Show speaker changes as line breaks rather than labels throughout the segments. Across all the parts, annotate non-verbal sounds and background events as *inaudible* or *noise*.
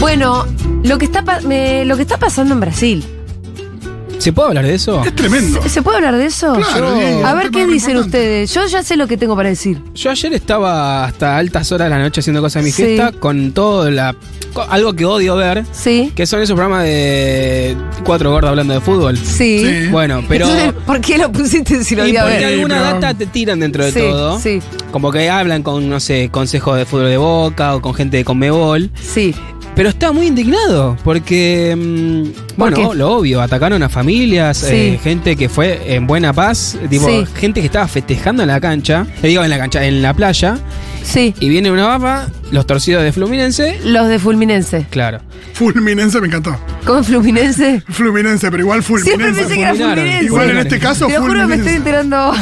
Bueno, lo que está, pa- me- lo que está pasando en Brasil.
¿Se puede hablar
*laughs*
de eso?
Es tremendo.
¿Se, se puede hablar de eso?
Claro, Diego,
A
un
ver
tema
qué
muy
dicen
importante.
ustedes. Yo ya sé lo que tengo para decir.
Yo ayer estaba hasta altas horas de la noche haciendo cosas de mi
Sí.
fiesta con todo la. con algo que odio ver,
Sí.
que son esos programas de cuatro gordos hablando de fútbol.
Sí.
Sí.
Bueno,
*laughs*
pero.
Entonces, ¿por qué lo pusiste si ¿Eh? lo
y
iba a
porque
ver?
Sí,
alguna
pero-
data te tiran dentro de
Sí,
todo.
sí,
Como que hablan con, no sé, consejos de fútbol de boca o con gente de Conmebol.
sí.
Pero está muy indignado porque, mm,
¿Por
bueno,
qué?
lo obvio, atacaron a familias,
Sí.
eh, gente que fue en buena paz, tipo,
Sí.
gente que estaba festejando en la cancha, eh, digo, en la cancha, en la playa,
Sí.
y viene una papa, los torcidos de Fluminense,
Los de Fluminense.
claro.
Fulminense me encantó.
¿Con Fluminense?
Fluminense, pero igual
Siempre
Fulminense.
pensé que era
fulminaron.
Fluminense.
Igual en este caso,
Te lo juro que me estoy
Fulminense.
enterando.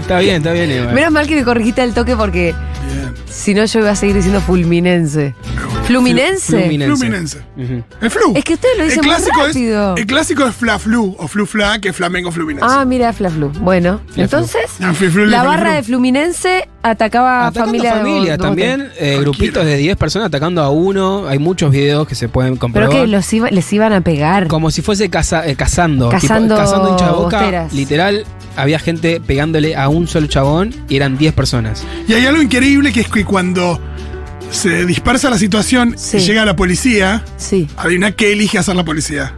Está bien, está bien, igual.
Menos mal que me corregiste el toque porque
Bien.
si no yo iba a seguir diciendo Fulminense. ¿Fluminense?
Fluminense.
Fluminense.
Ujú.
El flu.
Es que ustedes lo
El
dicen muy
clásico es-
rápido.
el clásico es Fla Flu o Flu Fla que es Flamengo Fluminense.
Ah, mira, Flaflu. Bueno,
Fla-Flu.
entonces
Ah, Fla-Flu,
la
Fla-Flu.
barra de Fluminense atacaba a
Atacando
Ah, familia, de Bo-
familia
de Bogotá.
también, eh, grupitos de 10 personas atacando a uno, hay muchos videos que se pueden
Pero
comprobar.
que los iba- les iban a pegar.
Como si fuese caza- eh, cazando.
Cazando
cazando hincha de boca.
bosteras.
Literal, había gente pegándole a un solo chabón y eran 10 personas.
Y hay algo increíble que es que cuando se dispersa la situación
Sí.
y llega la policía,
Sí.
adivina qué elige hacer la policía.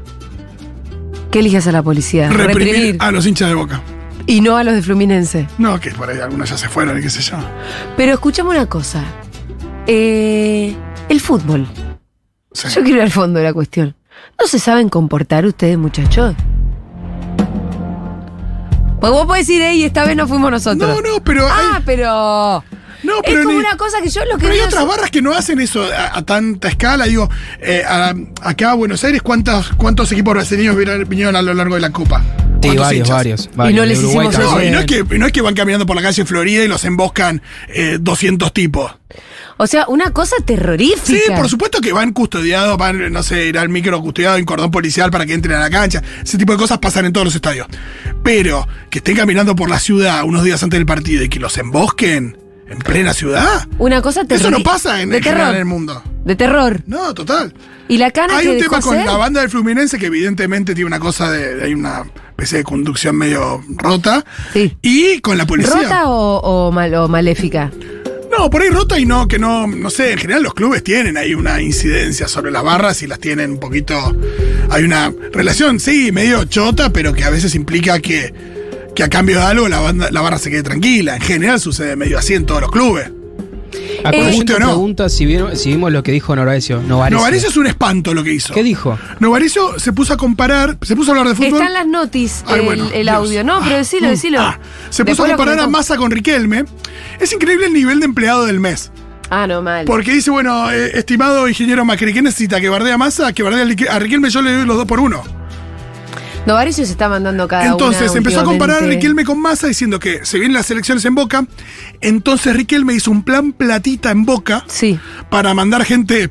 ¿Qué eliges a la policía?
Reprimir, a los hinchas de boca.
Y no a los de Fluminense.
No, que por ahí algunos ya se fueron, y qué sé yo.
Pero escuchame una cosa. Eh, el fútbol.
Sí.
Yo quiero ir al fondo de la cuestión. ¿No se saben comportar ustedes, muchachos? Pues vos podés decir, ey, esta vez no fuimos nosotros.
No, no, pero
Ah,
hay,
pero.
no, pero
es como
ni-
una cosa que yo lo que
Pero hay
veo es-
otras barras que no hacen eso a, a tanta escala. Digo, eh, a- acá a Buenos Aires, ¿cuántos, cuántos equipos brasileños vinieron, vinieron a lo largo de la Copa?
Sí,
¿Cuántos
varios,
hinchas?
varios,
no
varios.
les
De Uruguay
hicimos
No,
también.
y no es, que, y no es que van caminando por la calle en Florida y los emboscan eh, 200 tipos.
O sea, una cosa
Sí,
terrorífica.
por supuesto que van custodiados, van, no sé, ir al micro custodiado en cordón policial para que entren a la cancha. Ese tipo de cosas pasan en todos los estadios. Pero que estén caminando por la ciudad unos días antes del partido y que los embosquen en plena ciudad,
Una cosa terrorífica.
eso no pasa en,
de
en general
terror.
en el mundo.
De terror.
No, total.
Y la cana
Hay
que
un
dejó
tema con
ser,
la banda del Fluminense que evidentemente tiene una cosa de, hay una especie de conducción medio rota.
Sí.
Y con la policía.
¿Rota o, o mal- o maléfica?
No, por ahí rota y no, que no, no sé, en general los clubes tienen ahí una incidencia sobre las barras y las tienen un poquito. Hay una relación, sí, medio chota, pero que a veces implica que, que a cambio de algo la, banda- la barra se quede tranquila. En general sucede medio así en todos los clubes.
A
Eh,
Coyente
¿Guste o Ah, no?
pregunta si, vieron- si vimos lo que dijo Novarecio. Novarecio.
Novarecio es un espanto lo que hizo.
¿Qué dijo?
Novarecio se puso a comparar, se puso a hablar de fútbol.
Están las notis,
Ay,
el,
bueno,
el
Dios.
audio. No, pero decilo,
Mm,
decilo.
ah. se puso
Después
a
lo
comparar a
comentamos.
Massa con Riquelme. Es increíble el nivel de empleado del mes.
Ah, no, mal.
Porque dice, bueno, eh, estimado ingeniero Macri, ¿qué necesita? ¿Que bardea masa? ¿Que bardea a Lique- a Riquelme? Yo le doy los dos por uno.
Novarecio se está mandando cada
entonces
una
empezó a comparar a
últimamente.
Riquelme con Massa diciendo que se vienen las elecciones en Boca. Entonces Riquelme hizo un plan platita en Boca
Sí.
para mandar gente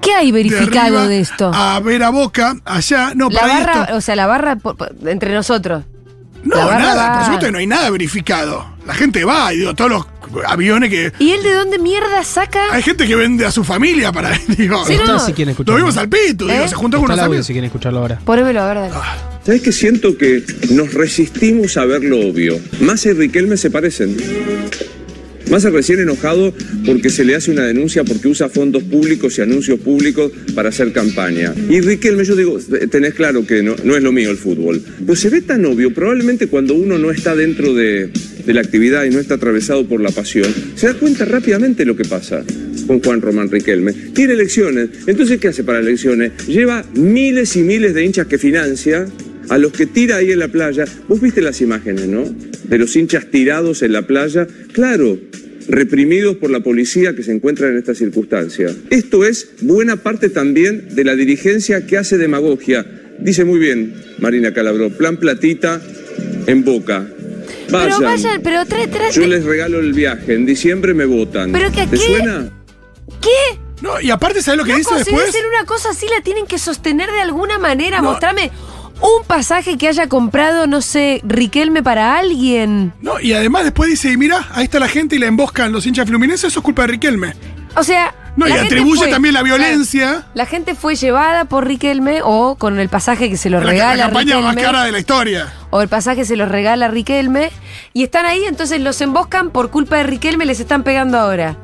¿Qué hay
de arriba
verificado de, esto?
a ver a Boca allá. No,
la
para
barra,
esto.
o sea, la barra por- por- entre nosotros.
No,
la barra
nada,
va-
por supuesto que no hay nada verificado. La gente va, y digo, todos los aviones que.
¿Y él de dónde mierda saca?
Hay gente que vende a su familia para. *laughs* Digo,
Sí,
Está
no.
si quieren
lo
escucharlo.
vimos al pito,
¿Eh?
digo, se juntó
Está
con unos
el audio
amigos.
si quieren escucharlo ahora.
Ponémelo, a ver, dale.
¿Sabes que siento que nos resistimos a ver lo obvio? Massa y Riquelme se parecen. Massa recién enojado porque se le hace una denuncia porque usa fondos públicos y anuncios públicos para hacer campaña. Y Riquelme, yo digo, tenés claro que no, no es lo mío el fútbol. Pues se ve tan obvio, probablemente cuando uno no está dentro de, de la actividad y no está atravesado por la pasión, se da cuenta rápidamente lo que pasa con Juan Román Riquelme. Tiene elecciones, entonces ¿qué hace para elecciones? Lleva miles y miles de hinchas que financia a los que tira ahí en la playa. Vos viste las imágenes, ¿no? De los hinchas tirados en la playa. Claro, reprimidos por la policía que se encuentran en esta circunstancia. Esto es buena parte también de la dirigencia que hace demagogia. Dice muy bien Marina Calabró, plan platita en boca.
Pero
Vayan,
vayan, pero trae, trae.
yo les regalo el viaje, en diciembre me votan.
Pero que qué-
¿Te suena?
¿Qué?
No, y aparte, ¿sabes lo que dice
Loco, si
después?
dicen una cosa así, la tienen que sostener de alguna manera.
No.
Mostrame un pasaje que haya comprado, no sé, Riquelme para alguien.
No, y además después dice, y mira, ahí está la gente y la emboscan los hinchas fluminenses, eso es culpa de Riquelme.
O sea.
No, y
la gente
atribuye
fue-
también la
claro,
violencia.
la gente fue llevada por Riquelme o con el pasaje que se lo
La,
regala.
la campaña más
Riquelme,
cara de la historia.
O el pasaje se los regala Riquelme. Y están ahí, entonces los emboscan por culpa de Riquelme, les están pegando ahora.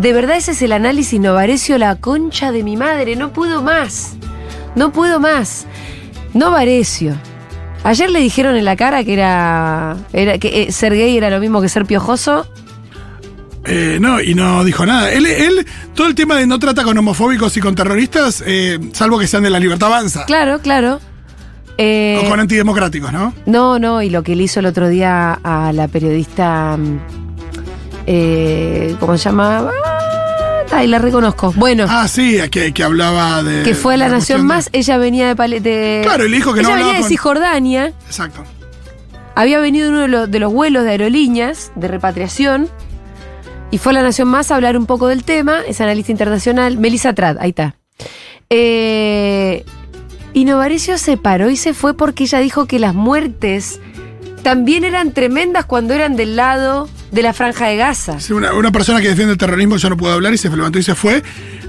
De verdad ese es el análisis Novarecio, la concha de mi madre. No puedo más. No puedo más. Novarecio. Ayer le dijeron en la cara que era, era que eh, ser gay era lo mismo que ser piojoso.
Eh, no, y no dijo nada. Él, él, todo el tema de no trata con homofóbicos y con terroristas, eh, salvo que sean de la libertad avanza.
Claro, claro. Eh,
O con antidemocráticos, ¿no?
No, no, y lo que le hizo el otro día a la periodista. mm, eh, ¿Cómo se llama? Ah, ay, la reconozco. Bueno,
Ah, sí, que, que hablaba de.
que fue a la,
de
nación
cuestión de-
más, ella venía de. Pale- de-
Claro, el hijo que no
Ella
hablaba
venía de
con-
Cisjordania,
Exacto.
había venido en uno de los, de los vuelos de aerolíneas de repatriación. Y fue a la Nación Más a hablar un poco del tema, es analista internacional, Melissa Trad, ahí está. Eh, y Novarecio se paró y se fue porque ella dijo que las muertes también eran tremendas cuando eran del lado de la franja de Gaza.
Sí, una, una persona que defiende el terrorismo ya no pudo hablar y se levantó y se fue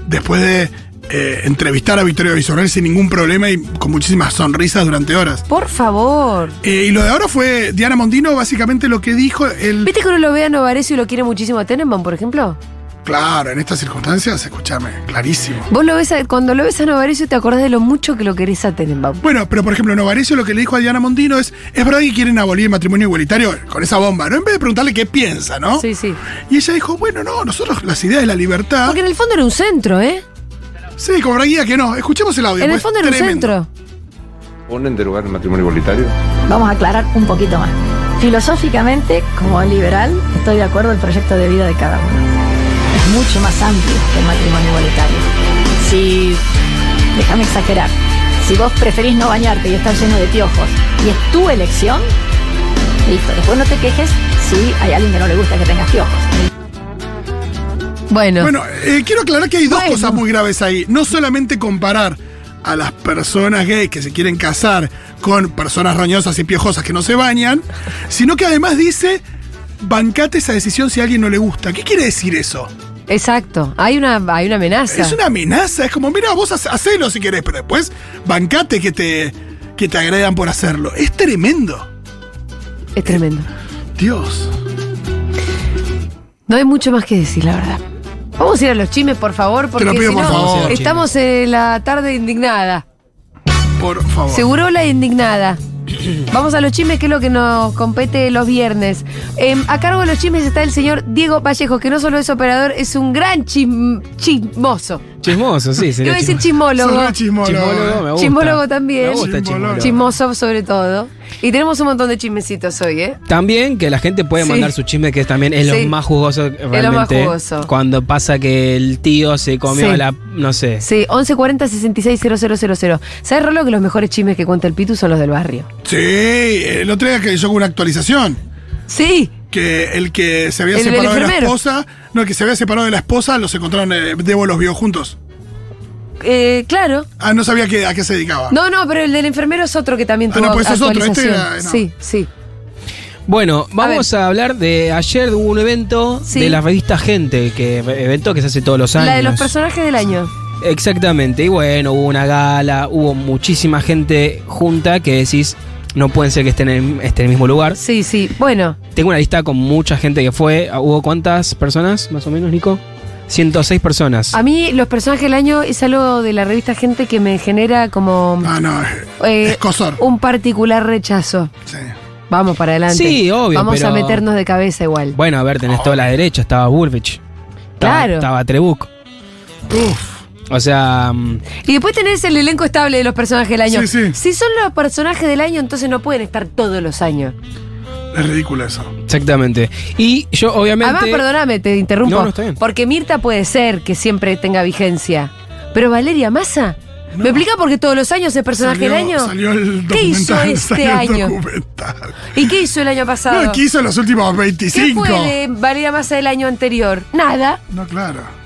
después de eh, entrevistar a Victoria Visorel sin ningún problema y con muchísimas sonrisas durante horas.
Por favor.
Eh, y lo de ahora fue Diana Mondino, básicamente lo que dijo el.
¿Viste que uno lo ve a Novarecio y lo quiere muchísimo a Tenenbaum, por ejemplo?
Claro, en estas circunstancias, escúchame, clarísimo.
Vos lo ves a- cuando lo ves a Novarecio te acordás de lo mucho que lo querés a Tenenbaum.
Bueno, pero por ejemplo, Novarecio lo que le dijo a Diana Mondino es, es verdad que quieren abolir el matrimonio igualitario con esa bomba, ¿no? En vez de preguntarle qué piensa, ¿no?
Sí, sí.
Y ella dijo, bueno, no, nosotros las ideas de la libertad...
Porque en el fondo era un centro, ¿eh?
Sí, como braguía que no, escuchemos el audio.
En el
pues,
fondo era un
tremendo.
centro.
¿Ponen de lugar el matrimonio igualitario?
Vamos a aclarar un poquito más. Filosóficamente, como liberal, estoy de acuerdo el proyecto de vida de cada uno. Es mucho más amplio que el matrimonio igualitario. Si, déjame exagerar, si vos preferís no bañarte y estar lleno de piojos y es tu elección, listo, después no te quejes si hay alguien que no le gusta que tengas piojos.
Bueno.
Bueno, eh, quiero aclarar que hay dos
Bueno.
cosas muy graves ahí. No solamente comparar a las personas gays que se quieren casar con personas roñosas y piojosas que no se bañan, sino que además dice, bancate esa decisión si a alguien no le gusta. ¿Qué quiere decir eso?
Exacto, hay una, hay una amenaza.
Es una amenaza, es como, mira, vos hac- hacelo si querés, pero después bancate que te, que te agredan por hacerlo. Es tremendo.
Es tremendo.
Dios.
No hay mucho más que decir, la verdad. Vamos a ir a los chimes, por favor, porque
lo pido,
si
por
no,
favor.
estamos en la tarde indignada.
Por favor.
Seguro la indignada. *clears throat* Vamos a los chimes, que es lo que nos compete los viernes. Em, a cargo de los chimes está el señor Diego Vallejo, que no solo es operador, es un gran chim- chismoso.
Chismoso, sí.
Yo
sería
voy a decir
chismoso.
chismólogo.
Sos re chismólogo.
Chismólogo, me gusta.
Chismólogo también.
Me gusta chismólogo.
Chismoso sobre todo. Y tenemos un montón de chismecitos hoy, ¿eh?
También que la gente puede
Sí.
mandar su chisme, que es también es
Sí.
lo más jugoso realmente.
jugoso.
Cuando pasa que el tío se comió
Sí.
a la. No sé.
Sí, 1140 66 000. ¿Sabes, Rolo, que los mejores chismes que cuenta el Pitu son los del barrio?
Sí, el otro día que yo con una actualización.
Sí,
que el que se había
El del
separado de la
enfermero.
esposa, no, el que se había separado de la esposa, los encontraron, eh, Debo los vio juntos.
eh, claro.
Ah, no sabía que, a qué se dedicaba.
No, no, pero el del enfermero es otro que también
Ah,
tuvo
no, pues es otro, este
actualización.
era- no.
Sí, sí.
Bueno, vamos a, hablar de ayer hubo un evento
Sí.
de la revista Gente, que evento que se hace todos los años.
La de los personajes del año.
Exactamente, y bueno, hubo una gala, hubo muchísima gente junta que decís, no pueden ser que estén en, estén en el mismo lugar.
Sí, sí. Bueno,
Tengo una lista con mucha gente que fue. ¿Hubo cuántas personas, más o menos, Nico? 106 personas.
a mí los personajes del año es algo de la revista Gente que me genera como
Ah, no, eh,
eh,
es Cosor.
un particular rechazo.
Sí.
Vamos para adelante.
Sí, obvio,
Vamos a
pero-
meternos de cabeza igual.
Bueno, a ver, tenés toda la derecha, estaba Bullrich. estaba-
Claro.
Estaba Trebuch. O sea, mm,
Y después tenés el elenco estable de los personajes del año.
Sí, sí.
Si son los personajes del año, entonces no pueden estar todos los años.
Es ridículo eso.
exactamente. Y yo, obviamente.
Además, Ah, perdóname, te interrumpo.
No, no, está bien.
Porque Mirta puede ser que siempre tenga vigencia. Pero Valeria Massa, ¿me explica por qué todos los años es personaje
Salió-
del año?
Salió el
¿Qué hizo
documental, *laughs*
este
salió el
año?
documental.
¿Y qué hizo el año pasado?
No, ¿qué hizo en los últimos
¿Qué eh,
25?
fue de Valeria Massa del año anterior? Nada.
No, claro.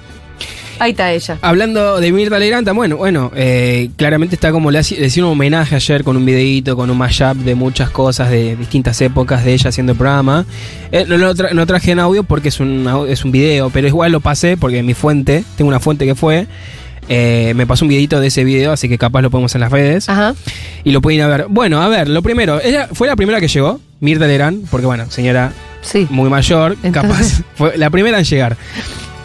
Ahí está ella.
Hablando de Mirta Legrand, bueno, bueno, eh, claramente está como le, haci- le hicieron un homenaje ayer con un videíto, con un mashup de muchas cosas de distintas épocas de ella haciendo el programa. Eh, no, lo tra- no traje en audio porque es un, au- es un video, pero igual lo pasé porque mi fuente, tengo una fuente que fue, eh, me pasó un videíto de ese video, así que capaz lo ponemos en las redes
Ajá.
y lo pueden ir a ver. Bueno, a ver, lo primero, ella fue la primera que llegó, Mirta Legrand, porque bueno, señora
Sí.
muy mayor,
Entonces-
capaz *laughs* fue la primera en llegar.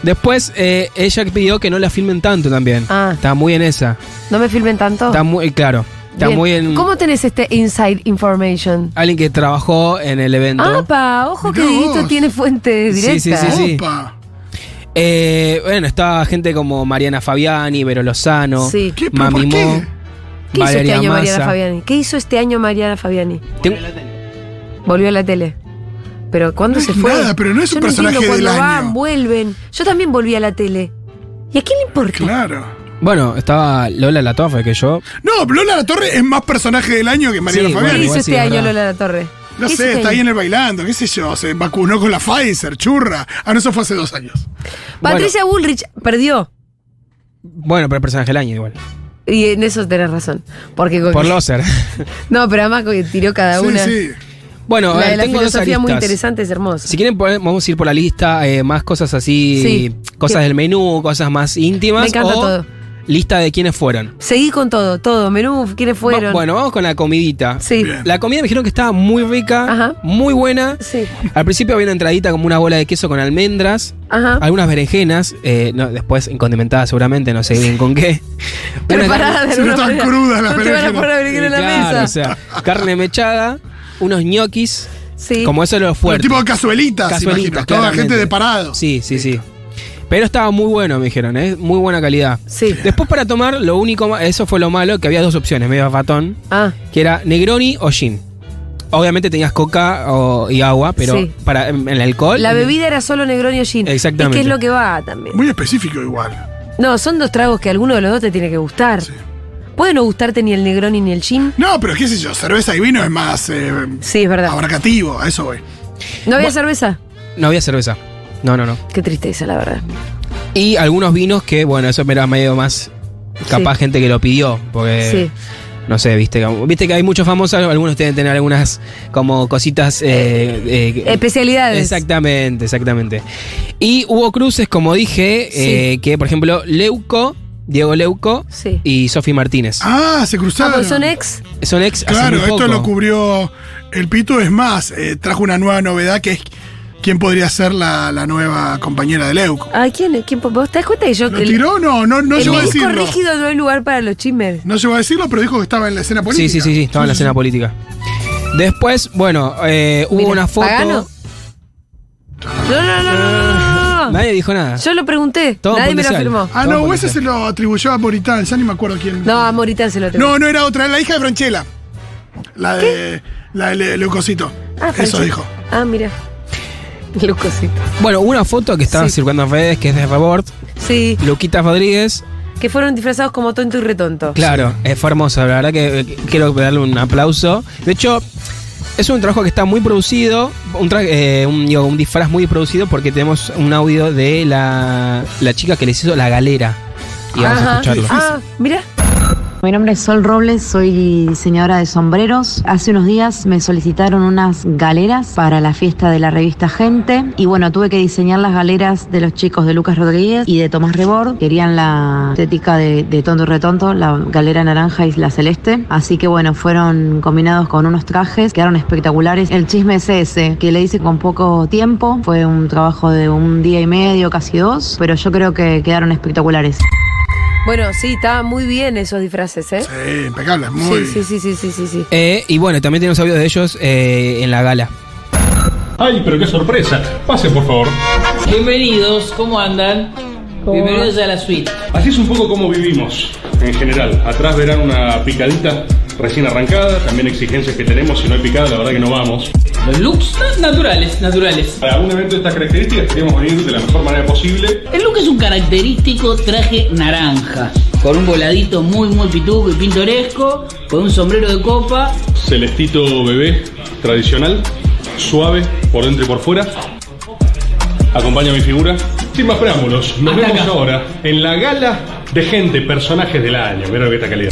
Después eh, ella pidió que no la filmen tanto también.
Ah.
Está muy en esa.
No me filmen tanto.
Está muy claro. Está
Bien.
muy en
¿Cómo tenés este inside information?
alguien que trabajó en el evento.
¡Apa! Ojo que
Mirá
Dieguito
vos.
tiene fuente
Sí,
directa.
sí, sí.
Opa.
Eh, bueno, estaba gente como Mariana Fabiani, Vero Lozano,
Sí.
¿Qué? ¿Pero
Mami
por qué?
Mo,
¿Qué hizo este
Valeria
año Mariana
Massa.
Fabiani? ¿Qué hizo este año Mariana Fabiani?
Tengo-
Volvió a la tele. Pero ¿cuándo
No
se
es
fue?
nada, pero no es un
Yo
personaje
entiendo,
del
cuando
año.
van, vuelven. Yo también volví a la tele. ¿Y a quién le importa?
Claro.
Bueno, estaba Lola Latofa, que yo.
No, Lola La Torre es más personaje del año que Mariana
Sí,
¿Qué
Fabián.
bueno,
hizo
igual sí,
este
es
año
verdad.
Lola La Torre?
No
¿Qué hizo
sé,
este
está ahí
año?
en el bailando, qué sé yo, se vacunó con la Pfizer, churra. Ah, no, eso fue hace dos años.
Patricia Bullrich perdió.
Bueno, pero personaje del año igual.
Y en eso tenés razón. Porque con-
Por Loser. *laughs*
No, pero además que tiró cada
sí,
una.
sí.
bueno,
La,
eh,
de la
tengo dos
filosofía muy
aristas.
interesante es hermosa.
Si quieren, podemos- vamos a ir por la lista, eh, más cosas así,
Sí.
cosas
Que-
del menú, cosas más íntimas.
Me encanta
o
todo.
Lista de quiénes fueron.
Seguí con todo, todo. Menú, quiénes fueron.
Va- bueno, vamos con la comidita.
Sí.
Bien.
La comida me dijeron que estaba muy rica,
Ajá.
muy buena.
Sí.
Al principio había una entradita como una bola de queso con almendras,
Ajá.
algunas berenjenas, eh, no, después condimentadas seguramente, no sé bien con qué.
*laughs*
Una
Preparada de
Si no
alguna
están
manera.
crudas las
No te van a poner
berenjenas.
a
carne-
berenjena en la
claro,
mesa.
o sea, carne mechada, unos ñoquis,
sí.
como eso es lo
Pero
fuerte.
tipo de cazuelitas,
Cazuelitas,
imagino. Toda
claramente.
gente de parado.
Sí, sí, sí. Pero estaba muy bueno, me dijeron, ¿eh? muy buena calidad.
Sí.
Después para tomar, lo único, ma- eso fue lo malo, que había dos opciones, medio fatón,
Ah,
que era Negroni o Gin. Obviamente tenías coca o- y agua, pero
Sí.
para en el alcohol.
la bebida era solo Negroni o Gin.
Exactamente.
¿Y qué es lo que va también?
Muy específico igual.
No, son dos tragos que alguno de los dos te tiene que gustar. Puede no gustarte ni el Negroni ni el Gin.
No, pero qué sé yo, cerveza y vino es más eh,
Sí, es verdad.
abarcativo, a eso voy.
¿No había cerveza?
No había cerveza. No, no, no.
Qué tristeza, la verdad.
Y algunos vinos que, bueno, eso era medio más capaz
Sí.
gente que lo pidió, porque
Sí.
no sé, viste, como- viste que hay muchos famosos, algunos deben tener algunas como cositas eh, eh,
Especialidades.
Exactamente, exactamente. Y hubo cruces, como dije,
Sí.
eh, que por ejemplo Leuco, Diego Leuco
Sí.
y Sofi Martínez.
Ah, se
Ah,
cruzaron.
porque son ex.
Son ex hace
Claro,
muy
esto
poco.
lo cubrió el Pito. Es más, eh, trajo una nueva novedad que es quién podría ser la, la nueva compañera de Leuco.
Ay, ¿quién? ¿Quién? ¿Vos te das cuenta que yo.?
¿Lo
el-
tiró? No, no, no
el
llegó a
disco
decirlo.
rígido no hay lugar para los chismes.
No llegó a decirlo, pero dijo que estaba en la escena política.
Sí, sí, sí, sí, estaba en la escena política. Después, bueno, eh, hubo
Mira,
una foto.
¿Pagano? No, no, no, no, no, no.
Nadie dijo nada.
Yo lo pregunté.
Eh, Todo
Nadie me lo
potencial.
afirmó.
Ah,
Todo
no,
puede
ese
ser.
se lo atribuyó a Moritán, ya ni me acuerdo quién.
No, a Moritán se lo tengo.
No, no era otra, era la hija de Franchella. La de. La de Le- Leucocito.
Ah,
Eso
Franchi-
dijo.
Ah, mira. *laughs* Lucosito.
Bueno, hubo una foto que estaba
Sí.
circulando en redes, que es de Rebord,
Sí,
Luquita Rodríguez.
que fueron disfrazados como tonto y retonto.
Claro, es fue hermoso, la verdad que eh, quiero darle un aplauso. De hecho, es un trabajo que está muy producido, un, tra- eh, un, digo, un disfraz muy producido porque tenemos un audio de la, la chica que les hizo la galera. Y vamos a
Ajá.
escucharlo.
Ah, mira.
Mi nombre es Sol Robles, soy diseñadora de sombreros. Hace unos días me solicitaron unas galeras para la fiesta de la revista Gente y bueno, tuve que diseñar las galeras de los chicos de Lucas Rodríguez y de Tomás Rebord. Querían la estética de, de Tonto y Retonto, la galera naranja y la celeste. Así que bueno, fueron combinados con unos trajes, quedaron espectaculares. El chisme es ese, que le hice con poco tiempo. Fue un trabajo de un día y medio, casi dos, pero yo creo que quedaron espectaculares.
Bueno, sí, estaban muy bien esos disfraces, ¿eh?
Sí, impecable, muy.
Sí, sí, sí, sí, sí, sí, sí.
Eh, y bueno, también tenemos audio de ellos eh, en la gala.
¡Ay, pero qué sorpresa! Pase, por favor.
Bienvenidos, ¿cómo andan? Bienvenidos a la suite.
Así es un poco como vivimos en general. Atrás verán una picadita recién arrancada, también exigencias que tenemos. Si no hay picada, la verdad que no vamos.
Los looks na- naturales, naturales.
Para un evento de estas características queremos venir de la mejor manera posible.
El look es un característico traje naranja, con un voladito muy, muy pituco y pintoresco, con un sombrero de copa.
Celestito bebé, tradicional, suave, por dentro y por fuera. acompaña mi figura. Sin más preámbulos, nos
Hasta
vemos
acá.
ahora en la gala de gente, personajes del año. Mira lo que está calidad.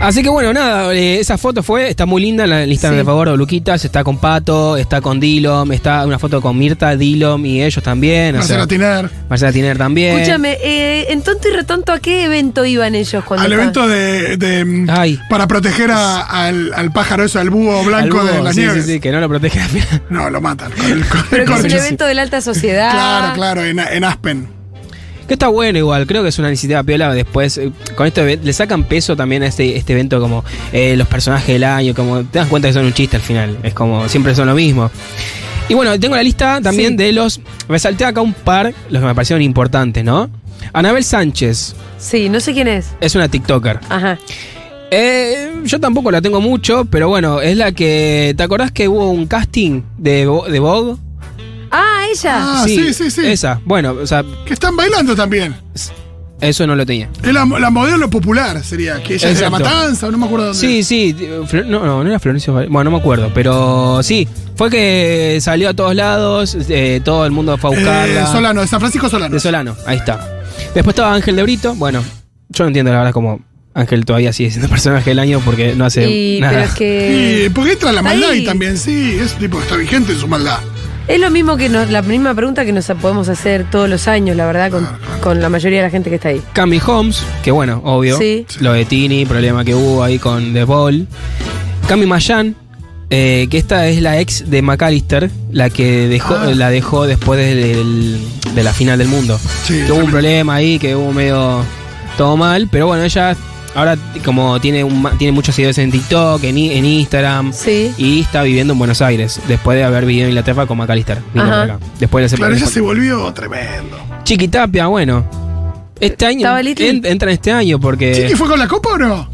Así que bueno, nada, eh, esa foto fue, está muy linda en la lista
Sí.
de favor de Luquitas, está con Pato, está con Dilom, está una foto con Mirta, Dilom y ellos también. o sea,
Marcela Tiner.
Marcela Tiner también.
Escúchame, eh, en tonto y retonto, ¿a qué evento iban ellos cuando
Al
estaban?
evento de. de-
Ay.
Para proteger a- al, al pájaro eso, al búho
Al
blanco
búho,
de las
sí,
nieves.
sí, sí, que no lo protege *laughs* al final.
No, lo matan. Con el, con el
Pero que es un
corcho.
evento Ah. de la alta sociedad.
*laughs* Claro, claro, en, en Aspen.
Que está bueno igual, creo que es una iniciativa piola. Después, eh, con esto le sacan peso también a este, este evento como eh, los personajes del año, como te das cuenta que son un chiste al final. Es como, siempre son lo mismo. Y bueno, tengo la lista también
Sí.
de los... Resalté acá un par, los que me parecieron importantes, ¿no? Anabel Sánchez
Sí, no sé quién es.
es una TikToker.
Ajá.
Eh, yo tampoco la tengo mucho, pero bueno, es la que... ¿Te acordás que hubo un casting de, Vo- de Vogue?
Ah, ella.
Ah, sí, sí, sí.
Esa, bueno, o sea,
Que están bailando también.
eso no lo tenía.
Es la, la modelo popular, sería. Que ella es de la
Exacto.
matanza, no me acuerdo dónde.
Sí, sí. eh, Flo- No, no, no era Florencio. Val- Bueno, no me acuerdo. Pero sí, fue que salió a todos lados. eh, todo el mundo fue a buscarla.
Eh, Solano, de San Francisco Solano.
De Solano, ahí está. Después estaba Ángel de Brito. Bueno, yo no entiendo la verdad como Ángel todavía sigue siendo *laughs* personaje del año porque no hace
Y-
nada.
pero es que.
Y porque entra
Eh,
la
Está
maldad
ahí.
y también, sí, es un tipo que está vigente en su maldad.
Es lo mismo que nos- la misma pregunta que nos podemos hacer todos los años, la verdad,
Ah,
con, con la mayoría de la gente que está ahí.
Cami Holmes, que bueno, obvio.
Sí.
Lo de Tini, problema que hubo ahí con The Ball. Cami Mayan, eh, que esta es la ex de McAllister, la que dejó,
Ah.
la dejó después del- de la final del mundo. Que
Sí,
hubo un
tremendo.
problema ahí, que hubo medio todo mal, pero bueno, ella ahora como tiene, un, ma- tiene muchos seguidores en TikTok, en, i- en Instagram.
Sí.
Y está viviendo en Buenos Aires, después de haber vivido en Inglaterra con McAllister. vino
Ajá.
para acá. Después de la
Claro, ella
separación.
se volvió tremendo.
Chiquitapia, bueno. Este año.
¿Estaba Little?
en- entra en este año porque.
¿Chiqui fue con la copa
*laughs*
o no?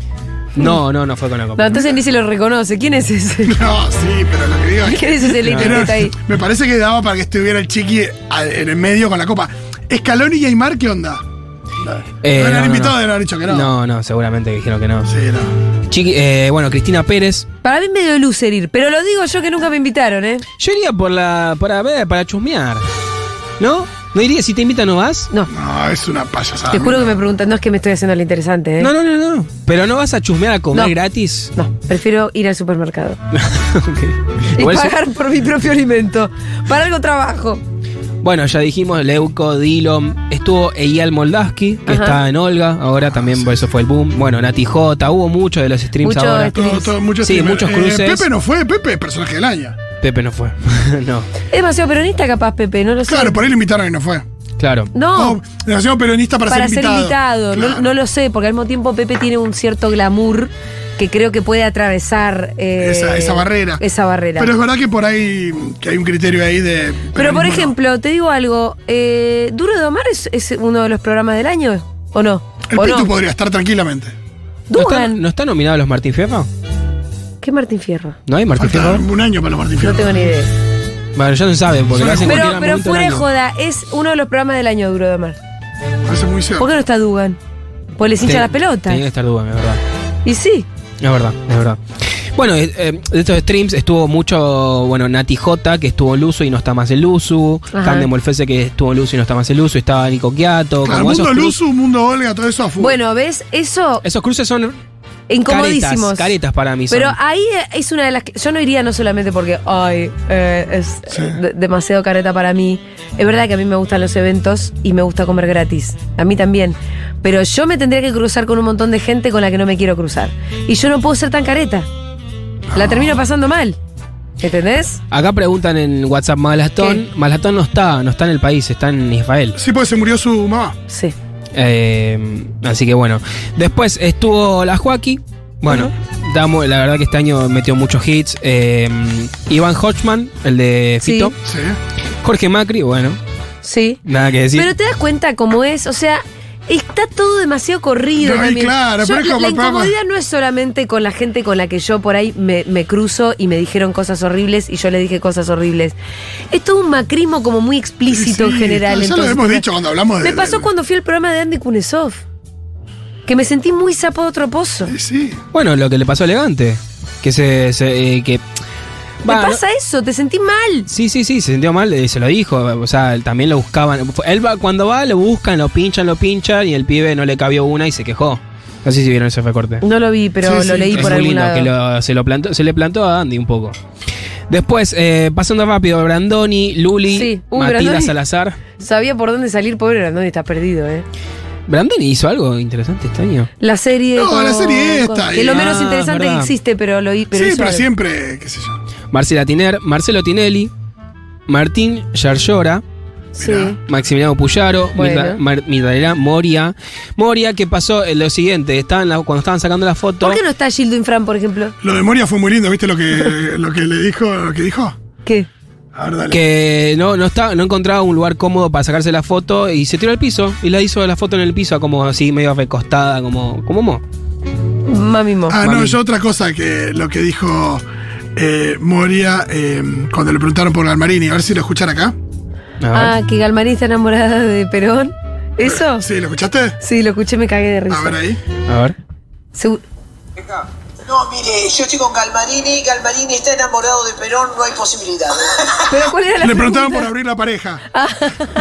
No, no, no fue con la
No,
copa.
entonces ni se lo reconoce. ¿Quién es *laughs* ese?
No, sí, pero lo que digo es que.
¿Quién es ese líder que
Pero
está ahí?
Me parece que daba para que estuviera el chiqui a- en el medio con la copa. Escalón y Aymar, ¿qué onda?
Eh,
no
no,
eran
no,
invitados,
no.
deben haber dicho que no.
No, no, seguramente dijeron que no.
Sí, no.
Chiqui- eh, bueno, Cristina Pérez.
Para mí me dio luz herir, pero lo digo yo que nunca me invitaron, ¿eh?
Yo iría por la. para ver, para chusmear. ¿No? ¿No iría si te invitan no vas?
No,
No, es una payasada.
te juro que me preguntan, no es que me estoy haciendo lo interesante, ¿eh?
No, no, no, no. Pero no vas a chusmear a comer
No.
gratis.
No, prefiero ir al supermercado
*laughs* Ok.
y
Igual si-
pagar por mi propio alimento. Para algo trabajo.
Bueno, ya dijimos Leuco, Dilom, estuvo Eyal Moldaski, que
Ajá.
está en Olga, ahora
Ah,
también por eso fue el boom. Bueno, Nati J, hubo mucho de los streams
Mucho
ahora.
este-
Todo- todo- muchos
Sí,
streamers.
muchos
Eh,
cruces.
Pepe no fue, Pepe es personaje del año.
Pepe no fue. no,
Es demasiado peronista capaz, Pepe, no lo sé.
Claro, por ahí lo invitaron y no fue.
claro.
no,
No, nació peronista para,
para ser invitado. No-
Claro.
No, lo sé, porque al mismo tiempo Pepe tiene un cierto glamour que creo que puede atravesar eh,
Esa- esa barrera.
Esa barrera.
Pero es
Pero,
verdad que por ahí que hay un criterio ahí de.
por
peronismo,
ejemplo, te digo algo, eh, Duro de Omar es, es uno de los programas del año, ¿o no?
El
¿O
Pitu
no?
podría estar tranquilamente.
¿No está,
Dugan.
¿No está nominado a los Martín Fierro?
¿Qué Martín Fierro?
¿No hay Martín
Falta
Fierro?
un año para los Martín
No
Fierro.
tengo ni idea.
Bueno, ya no saben, porque lo hacen en
Pero,
cualquier
pero
momento del
fuera de
año.
joda, es uno de los programas del año Duro de Omar.
Parece muy
¿Por
cierto.
qué no está Dugan? Pues les hincha
Te-
la pelota.
Tenía que estar Dugan, es verdad.
Y sí.
Es verdad, es verdad. Bueno, eh, eh, de estos streams estuvo mucho, bueno, Nati J, que estuvo en Luzu y no está más el Luzu,
Ajá.
Cande Molfese, que estuvo en Luzu y no está más el Luzu, estaba Nico Quiato,
Claro,
como esos
mundo
cru-
Luzu, mundo Olga, todo eso a full.
Bueno, ¿ves? Eso,
Esos cruces son
incomodísimos.
caretas, caretas para mí. son.
Pero ahí es una de las que. Yo no iría no solamente porque, ay, eh, es
Sí.
de- demasiado careta para mí. Es verdad que a mí me gustan los eventos y me gusta comer gratis. A mí también. Pero yo me tendría que cruzar con un montón de gente con la que no me quiero cruzar. Y yo no puedo ser tan careta. La termino pasando mal. ¿Entendés?
Acá preguntan en WhatsApp Malatón.
¿Qué?
Malatón no está, no está en el país, está en Israel.
Sí, porque se murió su mamá.
Sí.
Eh, así que bueno. Después estuvo la Joaquí. Bueno, damos- la verdad que este año metió muchos hits. Eh, Iván Hodgman, el de
Sí.
Fito.
Sí.
Jorge Macri, bueno,
Sí.
nada que decir.
Pero te das cuenta cómo es, o sea, está todo demasiado corrido.
No, y
también.
claro,
Yo-
pero es
la,
como
la
el programa.
incomodidad no es solamente con la gente con la que yo por ahí me, me cruzo y me dijeron cosas horribles y yo le dije cosas horribles. Es todo un macrismo como muy explícito
Sí,
en general.
Ya
entonces,
lo hemos dicho cuando hablamos de.
Me pasó
de-
cuando fui al programa de Andy Kunesov, que me sentí muy
Eh,
sapo de otro pozo.
Sí, sí.
Bueno, lo que le pasó a Elegante. Que se. se, eh, que Va,
¿Te pasa eso? ¿Te sentís mal?
Sí, sí, sí, se sintió mal, eh, se lo dijo. O sea, él también lo buscaban. Fue- Él va, cuando va, lo buscan, lo pinchan, lo pinchan y el pibe no le cabió una y se quejó. No sé si vieron ese recorte.
No lo vi, pero
Sí,
lo
sí,
leí
es
por
muy
algún
lindo
lado.
que lo- se, lo plantó, se le plantó a Andy un poco. Después, eh, pasando rápido, Brandoni, Luli,
Sí. Uy,
Matilda
Brandoni.
Salazar.
Sabía por dónde salir, pobre Brandoni, está perdido, ¿eh?
Brandoni hizo algo interesante este año.
La serie.
No, la serie esta,
Que es lo
eh.
menos
Ah,
interesante que
verdad.
existe, pero lo pero
sí,
hizo
pero
algo.
siempre, qué sé yo.
Marcela Tiner, Marcelo Tinelli, Martín Yarlora.
Sí.
Mirá.
Maximiliano Puyaro,
Bueno.
Mirta- Mar- Mirtalera Moria. Moria, que pasó Eh, lo siguiente, estaban la- cuando estaban sacando la foto.
¿Por qué no está Gildo Infran, por ejemplo?
Lo de Moria fue muy lindo, ¿viste lo que,
*laughs*
lo que le dijo? Lo que dijo?
¿Qué?
A ver, dale.
Que no, no, estaba, no encontraba un lugar cómodo para sacarse la foto y se tiró al piso y la hizo la foto en el piso, como así, medio recostada, como. como mo.
Mami Mo.
Ah, no,
Mami.
yo otra cosa que lo que dijo eh, Moria eh, cuando le preguntaron por Galmarini, a ver si lo escuchan acá.
A
Ah,
ver.
que Galmaní está enamorada de Perón. ¿Eso?
Sí, ¿lo escuchaste?
Sí, lo escuché, me cagué de
A ver
risa.
ahí.
A ver.
Segu-
No, mire, yo estoy con Galmarini, Galmarini está enamorado de Perón, no hay posibilidad.
¿Pero cuál era la
Le preguntaban por
pregunta? Ah,
abrir la pareja.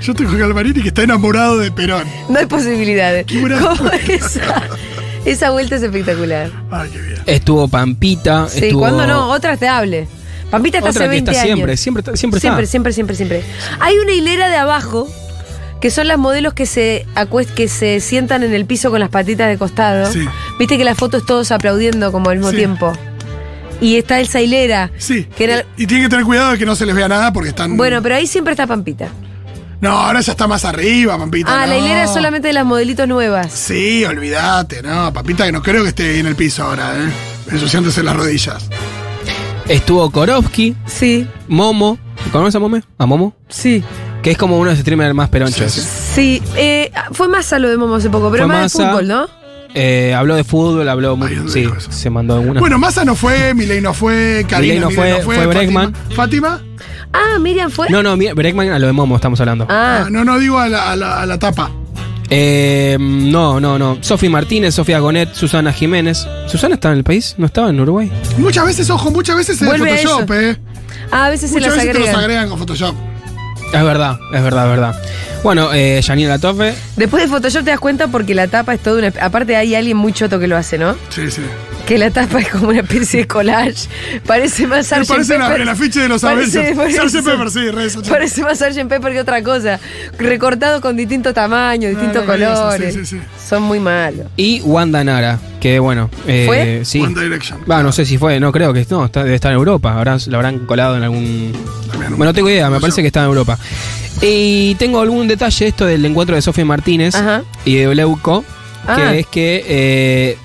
Yo estoy con Galmarini que está enamorado de Perón.
*laughs* No hay posibilidades.
Qué buena
¿Cómo
respuesta.
esa? *laughs* Esa vuelta es espectacular.
Ay, qué bien.
Estuvo Pampita.
Sí,
estuvo
¿cuándo no? Otras te hable. Pampita está
Otra
hace
que
20
está
años.
siempre, siempre está- siempre está.
Siempre, siempre, siempre, siempre. Hay una hilera de abajo que son las modelos que se acuest que se sientan en el piso con las patitas de costado.
Sí.
Viste que las fotos todos aplaudiendo como al mismo
Sí.
tiempo. Y está esa hilera.
Sí.
Que era-
Y tienen que tener cuidado de que no se les vea nada porque están.
Bueno, pero ahí siempre está Pampita.
No, ahora ya está más arriba, Pampita.
Ah, la
no.
hilera es solamente de las modelitos nuevas.
Sí, olvídate, no, Pampita, que no creo que esté en el piso ahora, ¿eh? Ensuciándose las rodillas.
Estuvo Korovsky,
Sí,
Momo. ¿Conoces a Mome? ¿A Momo?
sí.
Que es como uno de los streamers más peronchos.
Sí, sí.
Sí, eh, fue Massa lo de Momo hace poco, pero
Fue
más de
Massa.
fútbol, ¿no?
Eh, habló de fútbol, habló.
Ay, ¿dónde
sí,
dijo eso?
se mandó alguna.
Bueno, Massa no fue, Milei no fue, Karina
Milei no
Milei
fue, fue
Fátima-
Bregman.
¿Fátima?
Ah, Miriam fue.
No, no, mira, Breckman a lo de Momo estamos hablando.
Ah,
Ah, no, no digo a la, a la- a la tapa.
Eh, no, no, no. Sofi Martínez, Sofía Gonet, Susana Jiménez. ¿Susana estaba en el país? ¿No estaba en Uruguay?
Muchas veces, ojo, muchas veces en
Vuelve a
Photoshop,
eso.
¿eh?
ah, a veces se las
Muchas veces te los
agregan.
agregan con Photoshop.
Es verdad, es verdad, es verdad. Bueno, eh, Janine Latorre,
Después de Photoshop te das cuenta porque la tapa es toda una. Aparte, hay alguien muy choto que lo hace, ¿no?
Sí, sí.
Que la tapa es como una especie de collage. Parece más
Me
Sgt.
parece la-
Pepper.
el afiche de los
Parece-
Avengers.
por eso.
Sgt. Pepper, sí, re Sgt.
Parece más Sgt. Pepper que otra cosa. Recortado con distintos tamaños, distintos
no, no, eso,
colores.
sí, sí, sí.
Son muy malos.
y Wanda Nara, que bueno. eh,
¿Fue?
Sí.
One Direction.
Va, no sé si fue, no creo que no, está, debe estar en Europa. Habrán, la habrán colado en algún.
También.
Bueno, no tengo idea, me parece que está en Europa. Y tengo algún detalle esto del encuentro de Sofía Martínez
Ajá.
y de Leuco,
Ah.
que es que eh,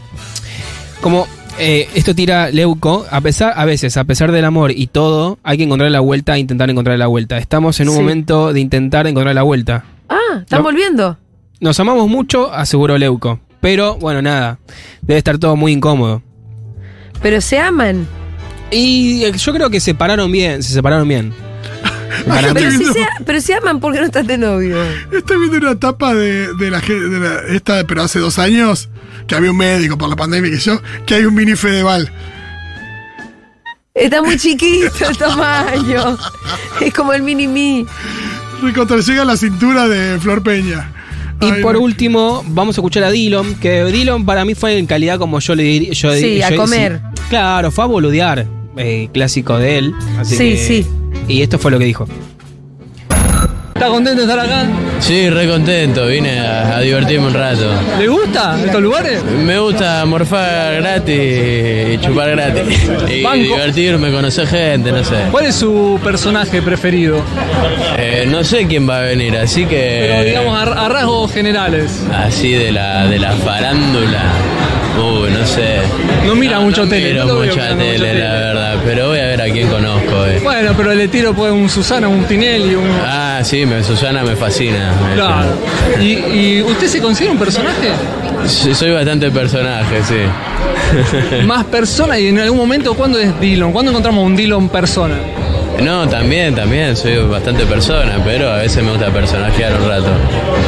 como eh, esto tira Leuco, a pesar, a veces, a pesar del amor y todo, hay que encontrar la vuelta, e intentar encontrar la vuelta. Estamos en un
Sí.
momento de intentar encontrar la vuelta.
Ah, ¿están
No.
volviendo?
Nos amamos mucho, aseguró Leuco. Pero, bueno, nada. Debe estar todo muy incómodo.
Pero se aman.
Y eh, yo creo que se pararon bien, se separaron bien.
Ay,
Pero
Ah, estoy,
si,
viendo,
se, pero se aman porque no están de novio.
estoy viendo una tapa de, de la, ge- de la- esta, pero hace dos años, que había un médico por la pandemia que yo, que hay un mini Fedeval.
Está muy chiquito el tamaño. Es como el mini mí.
Recontra llega a la cintura de Flor Peña.
Y
Ay,
por
no.
último, vamos a escuchar a Dillon, que Dillon para mí fue en calidad como yo le diría. Yo,
Sí,
yo-
a comer.
Claro, fue a boludear, eh, clásico de él. Así
Sí,
que-
sí.
Y esto fue lo que dijo.
¿Estás contento de estar acá?
*laughs* Sí, re contento, vine a, a divertirme un rato.
¿Le gusta estos lugares?
Me gusta morfar gratis y chupar gratis. Y
Banco.
divertirme, conocer gente, no sé.
¿Cuál es su personaje preferido?
Eh, no sé quién va a venir, así que.
Pero digamos a, a rasgos generales.
Así de la, de la farándula. Uy, no sé.
No mira mucho
no
tele,
miro
no lo veo
mucha
mirando mucha
tele,
tele.
la verdad. Pero voy a ver a quién conozco. eh.
Bueno, pero le tiro pues un Susana, un Tinelli, un...
Ah, sí, me, Susana me fascina.
Claro. ¿Y, y usted se considera un personaje?
Sí, Soy bastante personaje, sí. *laughs*
Más persona y en algún momento, ¿cuándo es Dillon? ¿Cuándo encontramos un Dillon persona?
No, también, también, soy bastante persona, pero a veces me gusta personajear un rato.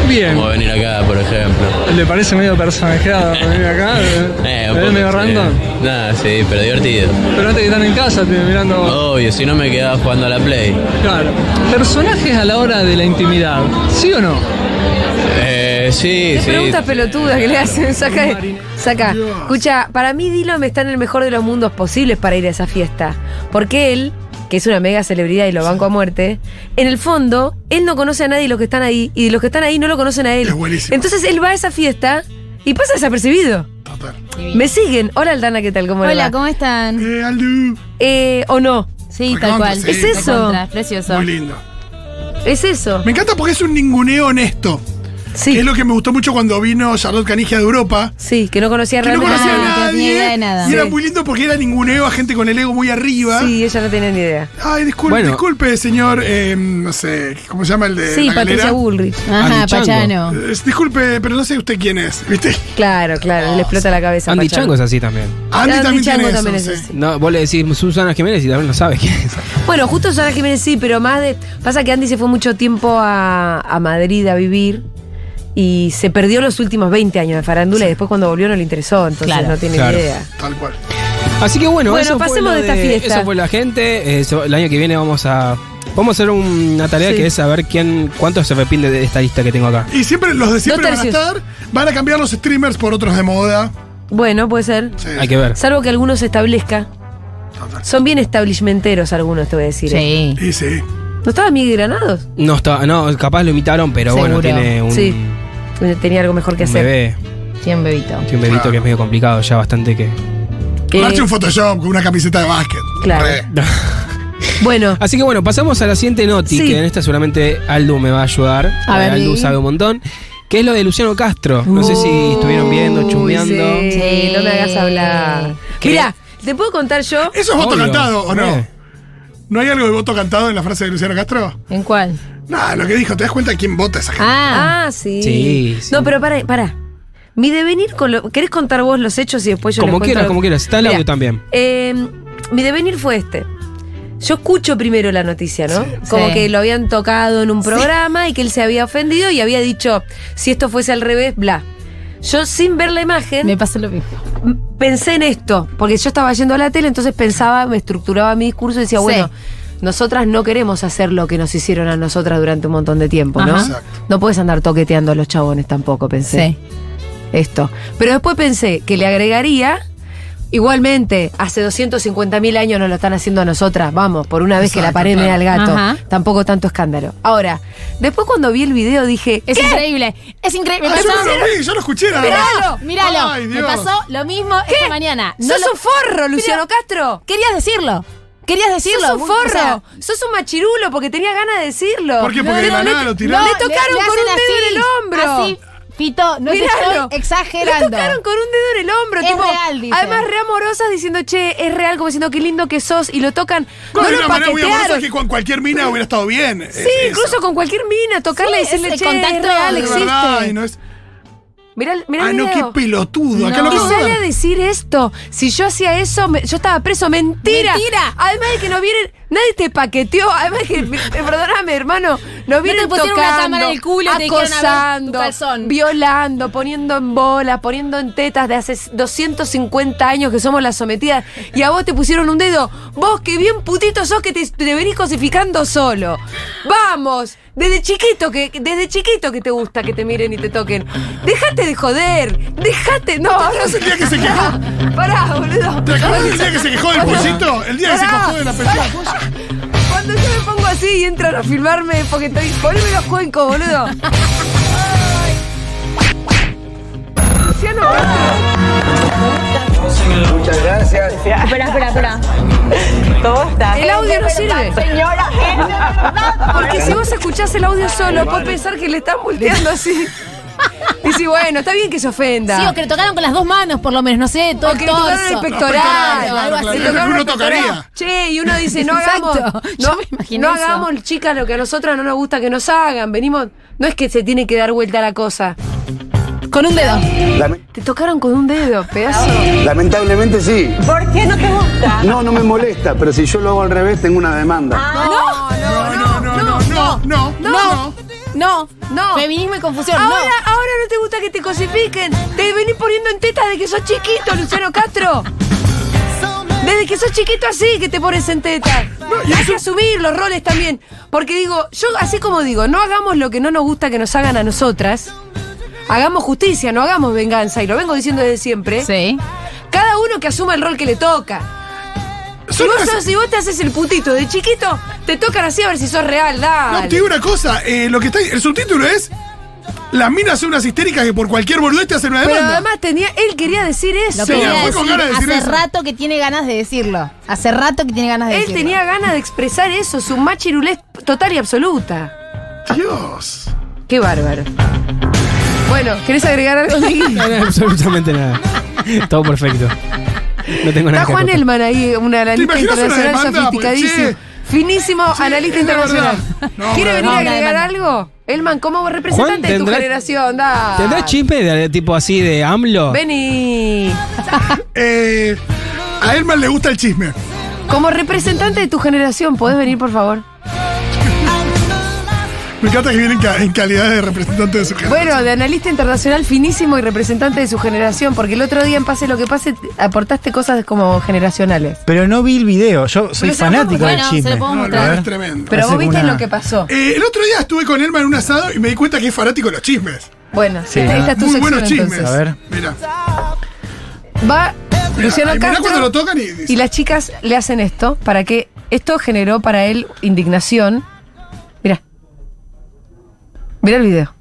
Bien.
Como venir acá, por ejemplo.
¿Le parece medio personajeado venir
*laughs*
acá?
Eh,
¿Eh?
un
¿Es
poco,
medio
sí.
random?
Nah, sí, pero divertido.
Pero antes que están en casa, te- mirando.
Obvio, si no me quedaba jugando a la Play.
Claro. Personajes a la hora de la intimidad, ¿sí o no?
Eh, sí, sí.
Preguntas pelotudas que le hacen. Saca, saca. Escucha, para mí Dylan está en el mejor de los mundos posibles para ir a esa fiesta. Porque él, que es una mega celebridad y lo banco a muerte, en el fondo, él no conoce a nadie de los que están ahí. Y de los que están ahí no lo conocen a él. Entonces él va a esa fiesta y pasa desapercibido. Me siguen. Hola Aldana, ¿qué tal? ¿Cómo le
Hola,
va?
¿cómo están?
Eh, ¿O no?
Sí,
Recontra,
tal cual.
sí. Es eso.
Recontra, Precioso.
Muy lindo.
Es eso.
Me encanta porque es un ninguneo honesto.
Sí.
Que es lo que me gustó mucho cuando vino Charlotte Canigia de Europa.
Sí, que no conocía
que no
realmente
conocía
a nadie,
a
no tenía
nadie.
idea de nada.
Y era
Sí.
muy lindo porque era ninguneo a gente con el ego muy arriba.
Sí, ella no tenía ni idea.
Ay, disculpe,
Bueno.
disculpe, señor, eh, no sé, ¿cómo se llama el de
Sí,
la
Patricia
galera?
Bullrich. Ajá,
Ah,
Andy Chango. Pachano.
Eh, disculpe, pero no sé usted quién es, ¿viste?
Claro, claro, le explota la cabeza. a
Andy
Pachano.
Chango es así también.
Andy,
Andy
también
Chango
tiene
también
eso,
es
sí.
No, vos le decís Susana Jiménez y también no sabes quién es.
Bueno, justo Susana Jiménez sí, pero más de. Pasa que Andy se fue mucho tiempo a, a Madrid a vivir y se perdió los últimos 20 años de farándula y después cuando volvió no le interesó, entonces
Claro.
no tiene
Claro.
ni idea.
Tal cual.
Así que bueno,
Bueno,
eso fue
pasemos de
lo
esta fiesta.
Eso fue la gente. Eso, el año que viene vamos a. Vamos a hacer una tarea
Sí.
que es saber quién, cuántos se repinde de esta lista que tengo acá.
Y siempre los de siempre
Dos
van a
tercios.
estar, van a cambiar los streamers por otros de moda.
Bueno, puede ser.
Hay que ver.
Salvo que algunos se establezca. Son bien establishmenteros algunos, te voy a decir. ¿eh?
Sí, sí.
¿No estaba Miguel Granados?
No está, no, capaz lo imitaron, pero bueno,
Seguro.
tiene un,
Sí, tenía algo mejor que
un
hacer.
bebé.
Tiene un bebito.
Tiene un bebito que es medio complicado ya bastante que.
Eh,
Hace un Photoshop con una camiseta de básquet.
Claro. Bueno.
Así que bueno, pasamos a la siguiente noti,
Sí.
que en esta seguramente Aldo me va a ayudar.
A ver,
Aldo
sí.
sabe un montón. Que es lo de Luciano Castro. No sé si estuvieron viendo, chusmeando.
Uh, Sí, no me hagas hablar.
¿Qué?
Mira, ¿te puedo contar yo?
¿Eso es voto
Obvio.
cantado o no?
Eh.
*laughs*
¿No hay algo de voto cantado en la frase de Luciano Castro?
¿En cuál?
No, lo que dijo, ¿te das cuenta quién vota esa gente?
Ah,
Ah, sí.
Sí, sí.
No, pero para, para. Mi devenir con lo. ¿Querés contar vos los hechos y después yo les
Como
cuento
quieras,
lo-
como quieras. Está el audio
Mirá,
también.
eh, mi devenir fue este. Yo escucho primero la noticia, ¿no? Como
Sí.
que lo habían tocado en un programa y que él se había ofendido y había dicho, si esto fuese al revés, bla. Yo sin ver la imagen,
Me pasa lo mismo.
m- pensé en esto, porque yo estaba yendo a la tele, entonces pensaba, me estructuraba mi discurso y decía,
Sí.
bueno, nosotras no queremos hacer lo que nos hicieron a nosotras durante un montón de tiempo, ¿no?
Ajá.
Exacto.
No puedes andar toqueteando a los chabones tampoco, pensé.
Sí.
Esto. Pero después pensé que le agregaría. Igualmente, hace 250.000 años nos lo están haciendo a nosotras. Vamos, por una vez que la
Exacto,
pared me
claro.
al gato.
Ajá.
Tampoco tanto escándalo. Ahora, después cuando vi el video dije.
Es
¿qué?
increíble. Es increíble.
Ah,
Me
yo no
pasó-
lo vi, yo lo escuché nada más.
Míralo, míralo.
Ay,
me
Dios.
pasó lo mismo esta mañana. No
¡Sos
lo-
un forro, Luciano
Pero-
Castro!
Querías decirlo. Querías decirlo.
¡Sos un
Muy- o
forro!
sea,
sos un machirulo porque tenía ganas de decirlo.
¿Por qué? Porque de la
le-
nada lo tiraron.
le tocaron con
le
un
hacen
dedo en el hombro.
Así, Fito, no te
Miralo.
estoy exagerando.
Le tocaron con un dedo en el hombro.
Es
tipo,
real, dice.
Además, re amorosas diciendo, che, es real, como diciendo, qué lindo que sos. Y lo tocan.
Con
no
una
lo
manera muy amorosa
paquetearon.
que con cualquier mina hubiera estado bien. Es
Sí,
eso.
incluso con cualquier mina, tocarla y
Sí,
decirle,
ese
che, es
contacto
real,
de
Es verdad, y
existe.
no es-
Mirá, el- mirá
Ah,
el
no, qué
video.
pelotudo. Acá
No.
lo
Y
que
sale a decir esto. Si yo hacía eso, me- yo estaba preso. Mentira.
Mentira.
Además de que no vienen. Nadie te paqueteó. Además de que. *laughs* eh, Perdóname, hermano. No vienen
pusieron una
tocando,
cámara en el culo y te dijeron, "A ver tu
acosando,
calzón".
violando, poniendo en bolas, poniendo en tetas de hace 250 años que somos las sometidas. Y a vos te pusieron un dedo. Vos que bien putito sos que te, te venís cosificando solo. Vamos. Desde chiquito que desde chiquito que te gusta que te miren y te toquen. Dejate de joder. Dejate. No, ahora
El día que se quejó.
Pará, boludo.
¿Te acordás del día que se quejó del pulsito? El día que se
Pará.
quejó de la película.
Cuando yo me pongo así y entran a filmarme porque estoy. Poneme los cuencos, boludo. Ay. Luciano Castro.
Muchas gracias.
Espera, espera, espera.
El audio no sirve. Señora, Porque si vos escuchás el audio solo, podés pensar que le están volteando así. Y si, bueno, está bien que se ofenda.
Sí, o que le tocaron con las dos manos, por lo menos, no sé, todo
O que le tocaron el
torso.
pectoral.
Claro, algo
claro.
así.
Le tocaron
Uno
el pectoral.
tocaría.
Che, y uno dice, no
Exacto.
hagamos,
*laughs* Yo
no,
me imaginé
no
eso.
hagamos, chicas, lo que a nosotras no nos gusta que nos hagan. Venimos, no es que se tiene que dar vuelta la cosa.
Con un dedo.
Te tocaron con un dedo, pedazo.
Lamentablemente sí.
¿Por qué no te gusta?
No, no me molesta, pero si yo lo hago al revés tengo una
Ah.
demanda.
No, no, no, no, no, no, no, no, no. Feminismo y confusión. no.
Ahora, ahora no te gusta que te cosifiquen. Te venís poniendo en teta de que sos chiquito, Luciano Castro. Desde que sos chiquito así que te pones en teta. Hay que asumir los roles también. Porque digo, yo así como digo, no hagamos lo que no nos gusta que nos hagan a nosotras. Hagamos justicia, no hagamos venganza. Y lo vengo diciendo desde siempre.
Sí.
Cada uno que asuma el rol que le toca. Si
Son
vos,
las-
sos- si vos te haces el putito de chiquito, te tocan así a ver si sos real, dale.
No, te digo una cosa, eh, lo que está, el subtítulo es Las minas son unas histéricas que por cualquier boludez te hacen una
Pero
demanda.
además tenía, él quería decir eso.
Lo
Sí,
quería
fue con
decir,
ganas de decir
hace
eso.
rato que tiene ganas de decirlo. Hace rato que tiene ganas de
Él
decirlo.
tenía ganas de expresar eso, su machirulez total y absoluta.
Dios.
Qué bárbaro. Bueno, ¿querés agregar algo?
No, no, absolutamente nada. Todo perfecto. No tengo
Está
nada que
Juan
acotar.
Elman ahí, un analista
imaginas una
internacional
demanda?
sofisticadísimo.
Pues,
Finísimo analista
es la
internacional.
verdad. No,
¿Quiere
una
venir a
demanda.
agregar algo? Elman, como representante
Juan,
de tu
tendrá-
generación, da.
¿Tendrás chisme de tipo así de AMLO?
Vení.
Eh, a Elman le gusta el chisme.
Como representante de tu generación, ¿podés venir, por favor?
Me encanta que viene en, ca- en calidad de representante de su gente.
Bueno, de analista internacional finísimo y representante de su generación, porque el otro día en Pase lo que pase te- aportaste cosas como generacionales.
Pero no vi el video, yo soy
Pero se lo podemos-
fanático del
bueno,
chisme.
se lo podemos
A
mostrar.
ver.
es tremendo.
Pero
Hace
vos viste
una-
lo que pasó.
Eh, el otro día estuve con Elman en un asado y me di cuenta que es fanático de los chismes.
Bueno,
Sí.
esta esta es tu
Muy
sección
buenos chismes.
entonces.
A ver.
Mira.
Va Luciano
Mirá
Castro
cuando lo tocan y
y las chicas le hacen esto para que esto generó para él indignación. Mira. Mira el video.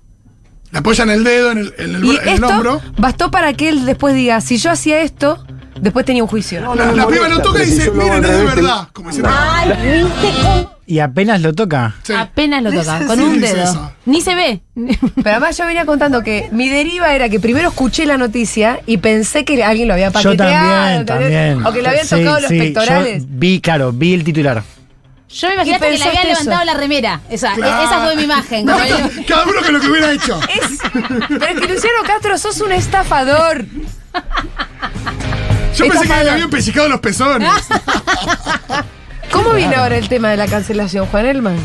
le apoyan el dedo en el, en el-
Y
en el hombro.
esto bastó para que él después diga, si yo hacía esto, después tenía un juicio.
La, la piba lo toca y dice, miren, es de verdad. Como diciendo,
Ah,
Y apenas lo toca.
sí.
Apenas lo toca,
Sí,
con
sí,
un
sí,
dedo.
eso.
Ni se ve. *laughs*
Pero además yo venía contando que mi deriva era que primero escuché la noticia y pensé que alguien lo había
Yo
paqueteado.
también,
¿entendés?
también.
O que le habían
Sí,
tocado los
sí,
pectorales.
Yo vi, claro, vi el titular.
Yo me imaginé
Y
que le
pensaste
había
eso.
levantado la remera. Esa,
Claro.
e-, esa fue mi imagen.
No,
como digo.
cada uno con lo que hubiera hecho.
Es- pero es que Luciano Castro, sos un estafador.
Yo
es
pensé que
capaz.
le habían pellizcado los pezones.
¿Cómo viene ahora el tema de la cancelación, Juan Elman?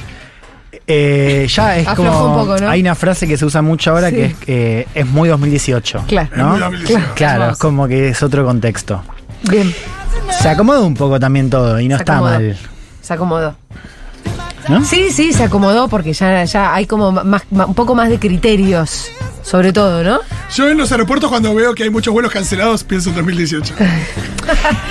Eh, ya es
Aflojó
como.
un poco, ¿no?
Hay una frase que se usa mucho ahora
Sí.
que es, eh, es muy 2018.
Claro.
¿no?
Es muy 2018.
Claro,
Hermoso.
es como que es otro contexto.
Bien,
Se acomoda un poco también todo y no
Se
está
acomodó.
mal.
se acomodó.
¿No?
Sí, sí, se acomodó porque ya, ya hay como más, más- un poco más de criterios, sobre todo, ¿no?
Yo en los aeropuertos cuando veo que hay muchos vuelos cancelados pienso en 2018.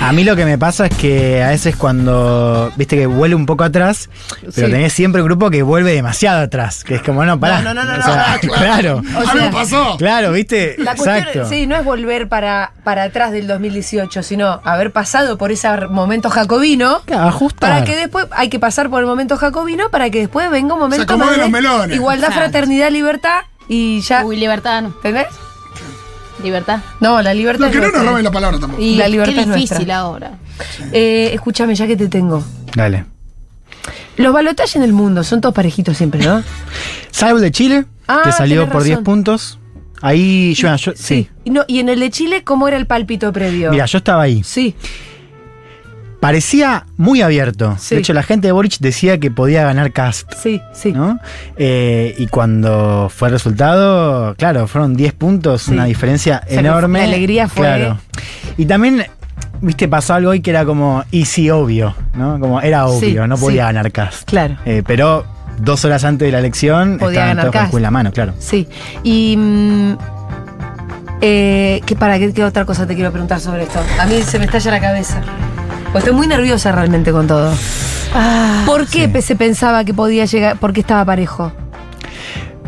A mí lo que me pasa es que a veces cuando, viste que vuelve un poco atrás, pero
Sí.
tenés siempre un grupo que vuelve demasiado atrás, que es como, no, pará.
No, no, no, no,
O sea,
no,
claro,
O
Algo
sea,
pasó.
claro, viste,
La cuestión,
exacto.
sí, no es volver para, para atrás del 2018, sino haber pasado por ese momento jacobino.
Claro, ajustar.
Para que después, hay que pasar por el momento jacobino para que después venga un momento
acomoden
más de
los melones.
igualdad,
Exacto.
fraternidad, libertad y ya,
Uy, libertad, no.
¿entendés?
Libertad.
No, la libertad
No,
es
que no nos
nuestra.
roben la palabra tampoco.
Y la libertad
qué
es
difícil
nuestra.
ahora.
Eh, escúchame, ya que te tengo.
Dale.
Los balotajes en el mundo son todos parejitos siempre, ¿no?
Salvo el de Chile,
Ah,
que salió
tenés
por
razón.
10 puntos. Ahí, *laughs* yo, yo- sí.
Y, no, y en el de Chile, ¿cómo era el palpito previo?
Mira, yo estaba ahí.
Sí.
Parecía muy abierto.
Sí.
De hecho, la gente de Boric decía que podía ganar Cast.
Sí, sí.
¿no? Eh, y cuando fue el resultado, claro, fueron 10 puntos,
Sí.
una diferencia
sea, que
enorme.
la alegría fue-
Claro. Y también, viste, pasó algo hoy que era como easy obvio, ¿no? Como era obvio,
Sí,
no podía
sí.
ganar Cast.
Claro.
Eh, pero dos horas antes de la elección
Podía
estaban
ganar
todos con el
Cast.
culo en la mano, claro.
Sí. Y. mm, eh, ¿qué, ¿Para qué, qué otra cosa te quiero preguntar sobre esto? A mí se me estalla la cabeza. Pues estoy muy nerviosa realmente con todo. ¿Por qué pe- se pensaba que podía llegar? ¿Por qué estaba parejo?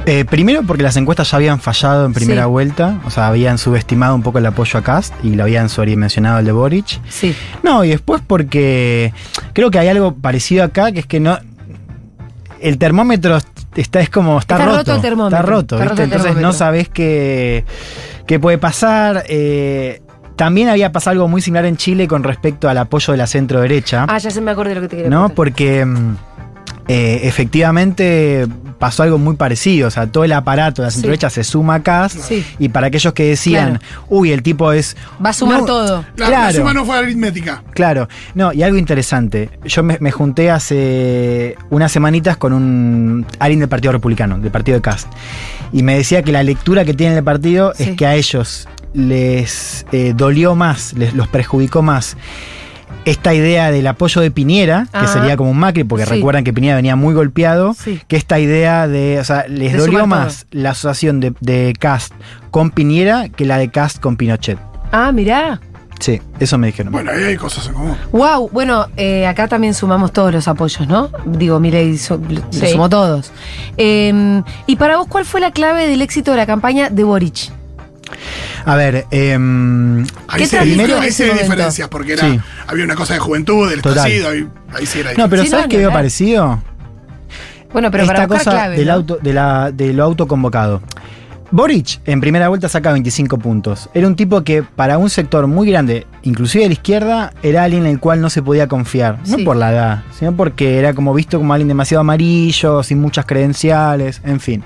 Eh, primero porque las encuestas ya habían fallado en primera
Sí.
vuelta, o sea, habían subestimado un poco el apoyo a Cast y lo habían sobredimensionado al de Boric.
Sí.
No, y después porque creo que hay algo parecido acá, que es que no. El termómetro está, es como. Está,
Está roto el termómetro.
Está
Está
roto, ¿viste?
roto el
Entonces
termómetro.
no sabés qué, qué puede pasar. eh, también había pasado algo muy similar en Chile con respecto al apoyo de la centro derecha.
Ah, ya se me acordé Ah, de lo que te quería
¿No?
preguntar.
Porque mm, eh, efectivamente pasó algo muy parecido. O sea, todo el aparato de la centroderecha se suma acá.
Sí.
Y para aquellos que decían, uy, el tipo es.
Va a sumar
No,
todo.
La, la
Claro.
suma no fue aritmética.
Claro, no, y algo interesante. Yo me, me junté hace unas semanitas con un alguien del Partido Republicano, del partido de Cast, y me decía que la lectura que tiene el partido es que a ellos les eh, dolió más, les los perjudicó más esta idea del apoyo de Piñera, que
Ajá.
sería como un Macri, porque
Sí.
recuerdan que Piñera venía muy golpeado,
Sí.
que esta idea de, o sea, les
De
dolió
sumar
más la asociación de, de Cast con Piñera que la de Cast con Pinochet.
Ah, mirá.
Sí, eso me dijeron.
Bueno, ahí hay cosas en común.
Wow, bueno, eh, acá también sumamos todos los apoyos, ¿no? Digo, Milei so- lo- lo
Sí.
sumó todos. Eh, y para vos, ¿cuál fue la clave del éxito de la campaña de Boric?
A ver, em,
Ahí
¿Qué
se,
transmitió
primero,
en
ahí
ese
se
momento?
diferencias, porque era,
Sí.
había una cosa de juventud, del
Total.
estacido, ahí, ahí sí era
no, pero
Sí,
¿sabes
no,
qué
no,
veo
no.
parecido?
Bueno, pero
Esta
para buscar
cosa
clave.
del
¿no?
auto, de, la, de lo autoconvocado. Boric en primera vuelta saca 25 puntos. Era un tipo que para un sector muy grande, inclusive de la izquierda, era alguien en el cual no se podía confiar. No
Sí.
por la edad, sino porque era como visto como alguien demasiado amarillo, sin muchas credenciales, en fin.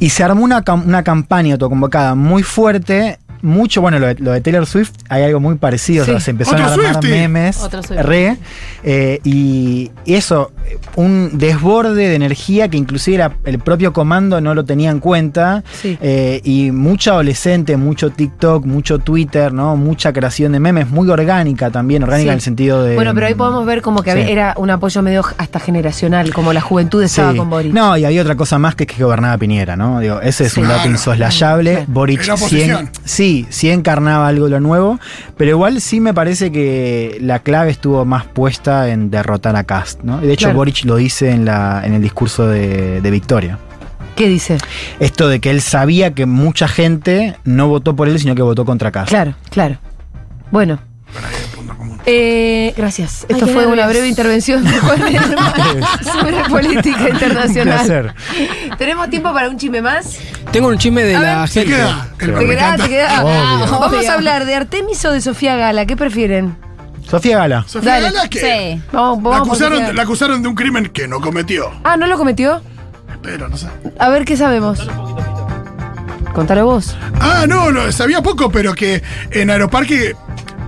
Y se armó una, cam- una campaña autoconvocada muy fuerte. Mucho, bueno, lo de, lo de Taylor Swift, hay algo muy parecido. o sea,
Sí.
se empezaron
¡Otro
a armar
Swiftie!
memes.
Otro Swiftie.
Re. eh, y eso, un desborde de energía que inclusive la- el propio comando no lo tenía en cuenta.
Sí.
Eh, y mucho adolescente, mucho TikTok, mucho Twitter, ¿no? Mucha creación de memes, muy orgánica también,
Sí.
orgánica en el sentido de.
bueno, pero ahí podemos ver como que
em, sí.
había- era un apoyo medio hasta generacional, como la juventud estaba
Sí.
con Boric.
No, y había otra cosa más que es que gobernaba Piñera, ¿no? Digo, ese es
Sí.
un dato
Claro.
insoslayable.
Claro.
Boric
Era
sí, en-
oposición.
sí, sí encarnaba algo de lo nuevo, pero igual sí me parece que la clave estuvo más puesta en derrotar a Cast, ¿no? Y de hecho
Claro.
Boric lo dice en, la, en el discurso de, de Victoria.
¿Qué dice?
Esto de que él sabía que mucha gente no votó por él, sino que votó contra Cast.
Claro, claro. Bueno. Eh, gracias. Esto
qué
fue una
nervios.
breve
*laughs*
intervención de Juan Lerma sobre política internacional.
Un placer.
¿Tenemos tiempo para un chisme más?
Tengo un chisme de la
Se
gente.
queda. El
¿Te
me
quedás?
encanta.
¿Te quedás?
Obvio.
Vamos
Obvio.
a hablar de Artemis o de Sofía Gala. ¿Qué prefieren?
Sofía Gala.
Sofía
Dale.
Gala que
Sí.
Vamos,
la,
vamos por
acusaron,
Sofía.
la acusaron de un crimen que no cometió.
Ah, ¿no lo cometió?
Pero no sé.
A ver, ¿qué sabemos? Contalo vos.
Ah, no, no, sabía poco, pero que en Aeroparque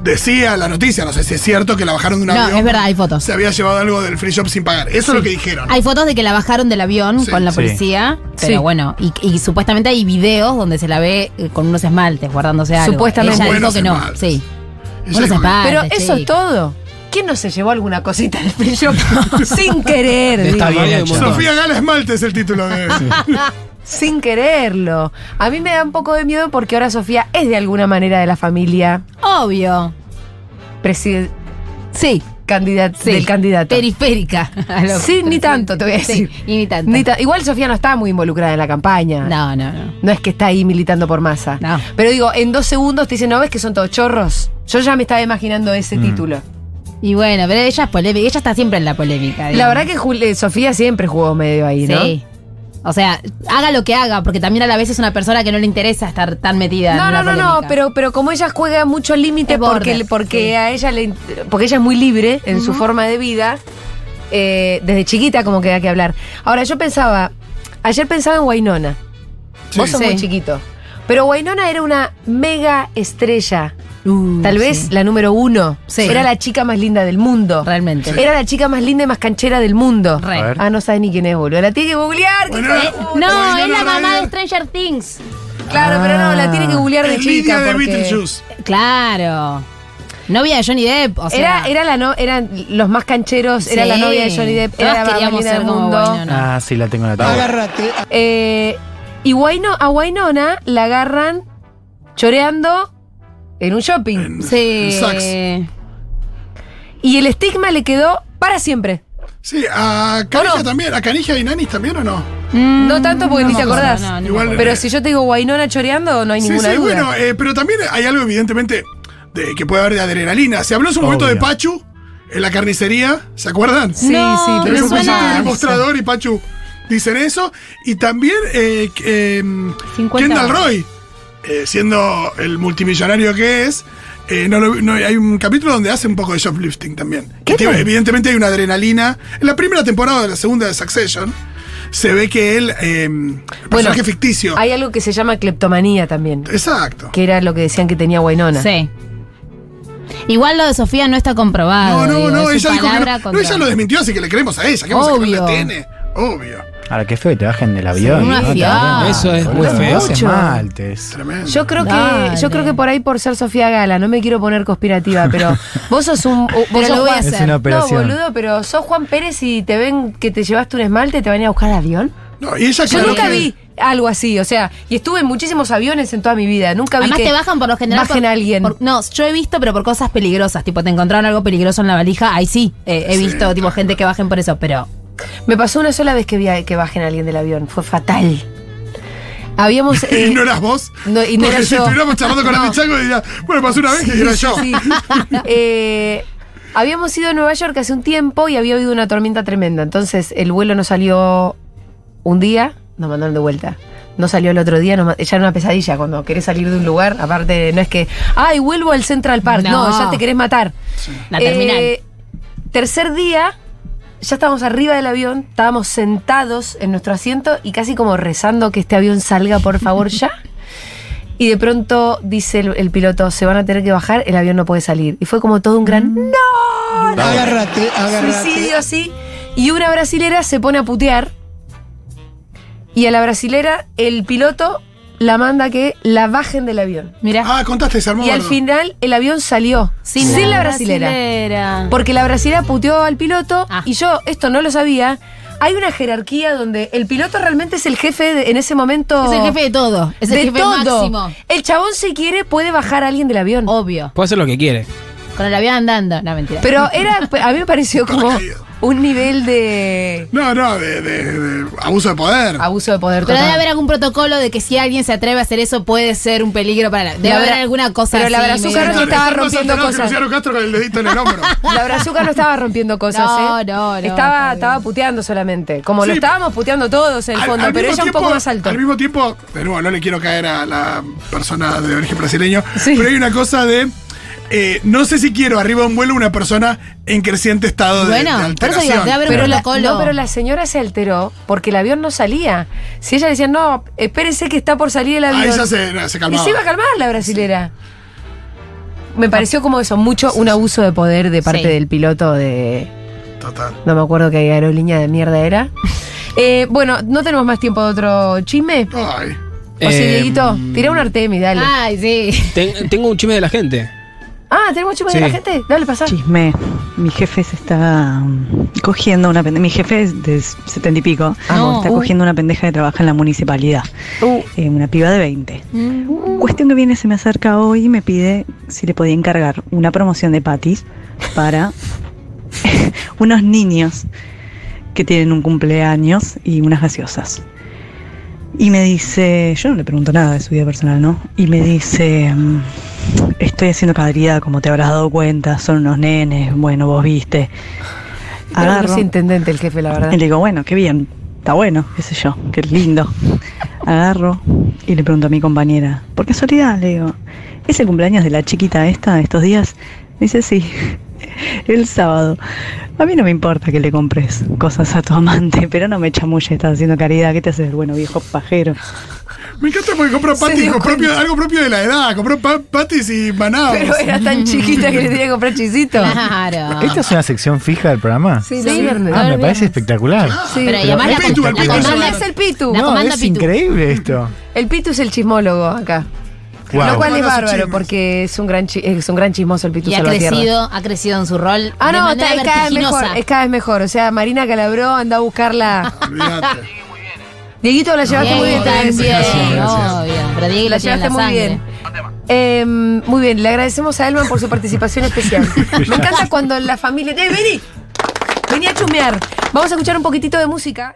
decía la noticia, no sé si es cierto, que la bajaron de un
No,
avión.
es verdad, hay fotos.
Se había llevado algo del free shop sin pagar. Eso es lo que dijeron.
Hay fotos de que la bajaron del avión
Sí.
con la
Sí.
policía, pero
Sí.
bueno, y, y supuestamente hay videos donde se la ve eh, con unos esmaltes guardándose algo.
Supuestamente.
Ella dijo
Buenos
que no,
esmaltes.
sí.
Ella
Unos
dijo que-
esmaltes,
Pero eso
chico.
es todo. ¿Quién no se llevó alguna cosita del free
*laughs*
shop? sin querer,
Está
digo.
bien
Vale,
hecho.
montón.
Sofía Gala Esmalte es el título
*laughs*
de.
Sin quererlo. A mí me da un poco de miedo porque ahora Sofía es de alguna manera de la familia
Obvio.
preside-
Sí,
candidat-
sí.
del candidato.
Periférica. *laughs* a lo-
Sí, ni tanto, te voy a
Sí,
decir.
y ni tanto.
Ni ta- Igual Sofía no está muy involucrada en la campaña.
no, no, no.
No es que está ahí militando por masa.
No.
Pero digo, en dos segundos te dicen, ¿no ves que son todos chorros? Yo ya me estaba imaginando ese título.
Y bueno, pero ella es polémica, ella está siempre en la polémica.
La
digamos.
verdad que Jul- eh, Sofía siempre jugó medio ahí, ¿no?
Sí. O sea, haga lo que haga, porque también a la vez es una persona que no le interesa estar tan metida
No, no,
en la
no,
polémica.
no, pero, pero como ella juega mucho al límite
Es border,
porque, porque
sí.
a ella le, porque ella es muy libre en su forma de vida, eh, desde chiquita como que da que hablar. Ahora, yo pensaba, ayer pensaba en Wainona. Vos sos
Sí.
muy chiquito. Pero Wainona era una mega estrella.
Uh,
Tal
sí.
vez la número uno.
Sí.
Era la chica más linda del mundo.
Realmente.
Era la chica más linda y más canchera del mundo.
Re. A ver.
Ah, no sabe ni quién es, boludo. La tiene que googlear. que hijo
Bueno,
Eh,
de
no,
puta.
Bueno,
es
no,
la
no,
mamá
no.
de Stranger Things.
Claro, pero no, la
Ah.
tiene que googlear de
Es
chica.
Lidia de
porque-
Beetlejuice.
Claro. Novia de Johnny Depp, o sea.
era, era la no, eran los más cancheros, era
Sí.
la novia de Johnny Depp,
Todas
era la
queríamos
bailarina
ser
del
como
mundo.
Winona.
Ah, sí, la tengo en la tabla.
Agárrate.
Eh, y Waino- a Wainona la agarran choreando en un shopping.
Sí.
eh,
Sax.
Y el estigma le quedó para siempre.
Sí, a Canija también. ¿A Canija y Nanis también o no?
Mm,
No tanto porque ni
me
te
acuerdo,
acordás.
no, no me
Igual-
acuerdo.
Pero si yo te digo Wainona choreando, no hay
Sí,
ninguna
sí,
duda.
bueno, eh, pero también hay algo evidentemente de, que puede haber de adrenalina. Se habló en su momento
Obvio.
de Pachu en la carnicería, ¿se acuerdan?
sí,
No,
sí,
Tenés
pero
un
me
eso
pasito
suena-
en
pasa.
el mostrador y Pachu dicen eso. Y también eh, que, eh,
50.
Kendall Roy, eh, siendo el multimillonario que es, eh, no lo- no- hay un capítulo donde hace un poco de shoplifting también.
¿Qué
Tiene-
tal?
evidentemente hay una adrenalina. En la primera temporada de la segunda de Succession se ve que él, eh, el personaje ficticio,
Hay algo que se llama cleptomanía también.
Exacto.
Que era lo que decían que tenía Guainona.
Sí. Igual lo de Sofía no está comprobado.
No, no,
digo,
no,
es su
ella dijo que
palabra
no, no,
contra-
ella lo desmintió, así que le creemos a ella, que vamos a creer
Obvio.
la TN. Obvio.
Ahora, qué feo, te bajen del avión.
una
¿no?
fiada. Eso es
Boludo,
muy feo.
haces
Mucho.
mal, te- Tremendo.
Yo creo
Dale.
que yo creo que por ahí por ser Sofía Gala, no me quiero poner conspirativa,
*laughs*
pero vos sos un vos
Pero
sos
lo voy a
Juan-
hacer. Es una
No,
operación.
boludo, pero sos Juan Pérez y te ven que te llevaste un esmalte, te van a ir a buscar al avión.
No, y
Yo
ella aclaró
nunca
que-
vi algo así, o sea, y estuve en muchísimos aviones en toda mi vida, nunca vi
Además
que
te bajan por lo general.
bajen
por-
a alguien.
por- no, yo he visto, pero por cosas peligrosas. Tipo, te encontraron algo peligroso en la valija. Ahí sí, eh, he
Sí,
visto tipo gente que bajen por eso, pero.
Me pasó una sola vez que vi a- que bajen a alguien del avión, fue fatal. Habíamos
*laughs* ¿Y no eras vos?
Eh, no, y no
Porque
era
si
yo.
estuviéramos charlando con
No.
la Pichango diría, bueno, pasó una vez que era
Sí,
yo.
sí, sí. Eh, habíamos ido a Nueva York hace un tiempo y había habido una tormenta tremenda. Entonces el vuelo no salió un día, nos mandaron de vuelta. No salió el otro día, nos ma- ya era una pesadilla cuando querés salir de un lugar. Aparte, no es que, ay, vuelvo al Central Park. No,
No.
ya te querés matar.
La terminal.
Eh, tercer día, ya estábamos arriba del avión, estábamos sentados en nuestro asiento y casi como rezando que este avión salga, por favor, *laughs* ya. Y de pronto dice el, el piloto, se van a tener que bajar, el avión no puede salir. Y fue como todo un gran ¡No! no".
Agárrate, agárrate.
Suicidio así. Y una brasilera se pone a putear. Y a la brasilera, el piloto la manda a que la bajen del avión.
Mira.
Ah, contaste ese
Y al final el avión salió sin, la brasilera. Porque la brasilera puteó al piloto
Ah.
y yo esto no lo sabía. Hay una jerarquía donde el piloto realmente es el jefe de- en ese momento.
Es el jefe de todo. Es el
de
jefe
todo.
máximo.
El chabón si quiere puede bajar a alguien del avión.
Obvio.
Puede hacer lo que quiere.
Con el avión andando. No, mentira.
Pero era, a mí me pareció como un nivel de
No, no, de, de- de abuso de poder.
abuso de poder.
Pero debe
total.
haber algún protocolo de que si alguien se atreve a hacer eso puede ser un peligro para la. Debe
La
haber
bra-
alguna cosa
pero la
así, medio-
brazuca no estaba Está más rompiendo
Santanás que
cosas.
Luciano Castro con el dedito en el hombro.
La brazuca no estaba rompiendo cosas,
No,
¿eh?
no, no, está
Estaba, estaba puteando solamente. Como lo
Sí.
estábamos puteando todos *laughs* en el
Al-
fondo,
al
pero
mismo
ella un poco
tiempo-
más alto.
Al mismo tiempo, de nuevo, no le quiero caer a la persona de origen brasileño, pero hay una cosa de. eh, no sé si quiero arriba de un vuelo una persona en creciente estado de- de, alteración.
pero la,
protocolo.
no, pero la señora se alteró porque el avión no salía. Si ella decía, no, espérese que está por salir el avión.
Ahí ya se, se
Y
calmaba.
se iba a calmar la brasilera. Me pareció como eso, mucho un abuso de poder de parte
Sí.
del piloto de.
Total.
No me acuerdo qué aerolínea de mierda era. Eh, bueno, no tenemos más tiempo de otro chisme.
Ay.
O si,
Eh,
Dieguito, tira un Artemis, dale.
Ah.
Ay, sí.
Ten- tengo un chisme de la gente.
Ah, ¿tenemos chisme de
Sí.
la gente? Dale, pasá.
Chisme. Mi jefe se está mm, cogiendo una pendeja. Mi jefe es de setenta y pico.
Ah,
No.
Está
Uh.
cogiendo una pendeja que trabaja en la municipalidad. Eh, una piba de 20. Cuestión que viene, se me acerca hoy y me pide si le podía encargar una promoción de patis para unos niños que tienen un cumpleaños y unas gaseosas. Y me dice, yo no le pregunto nada de su vida personal, ¿no? Y me dice, mm, estoy haciendo caridad, como te habrás dado cuenta, son unos nenes, bueno, vos viste.
Pero no
Agarro.
es intendente el jefe, la
*laughs*
verdad.
Y le digo, bueno, qué bien, está bueno, qué sé yo, qué lindo. Agarro y le pregunto a mi compañera, por casualidad, le digo, ¿es el cumpleaños de la chiquita esta de estos días? Me dice, sí, *laughs* el sábado. A mí no me importa que le compres cosas a tu amante, pero no me chamulle, estás haciendo caridad, ¿qué te haces, bueno viejo pajero?
Me encanta porque compró
Se
patis,
dio
compró
cuenta.
propio- algo propio de la edad, compró pa- patis y manados.
Pero era tan chiquita que le tenía que comprar
*laughs*
chisito.
Claro.
Ah. ¿Esta es una sección fija del programa?
Sí, los viernes. Los
Ah, me
viernes.
parece espectacular.
Sí.
Pero y además
el
la
Pitu,
con-
el
la
Pitu.
comanda-
es el Pitu.
La
No,
comanda
es
Pitu.
increíble esto.
El Pitu es el chismólogo acá.
Guau.
Lo cual
Manda
es
sus
bárbaro
chismes.
porque es un gran, chi- es un gran chismoso el Pitu
Y ha
Salvatierra.
crecido, ha crecido en su rol.
Ah,
de
no,
manera
está- es cada vez
vertiginosa.
mejor, es cada vez mejor. O sea, Marina Calabró anda
*laughs*
a buscarla.
Olvídate.
Dieguito, la llevaste muy bien.
Diego también,
Gracias, gracias.
obvio. Pero Diego
La
lo tiene en
llevaste
la
muy
sangre.
bien. Eh, muy bien, le agradecemos a Elman por su participación *laughs* especial. Me encanta cuando la familia... ¡Eh, vení! Vení a chumear. Vamos a escuchar un poquitito de música.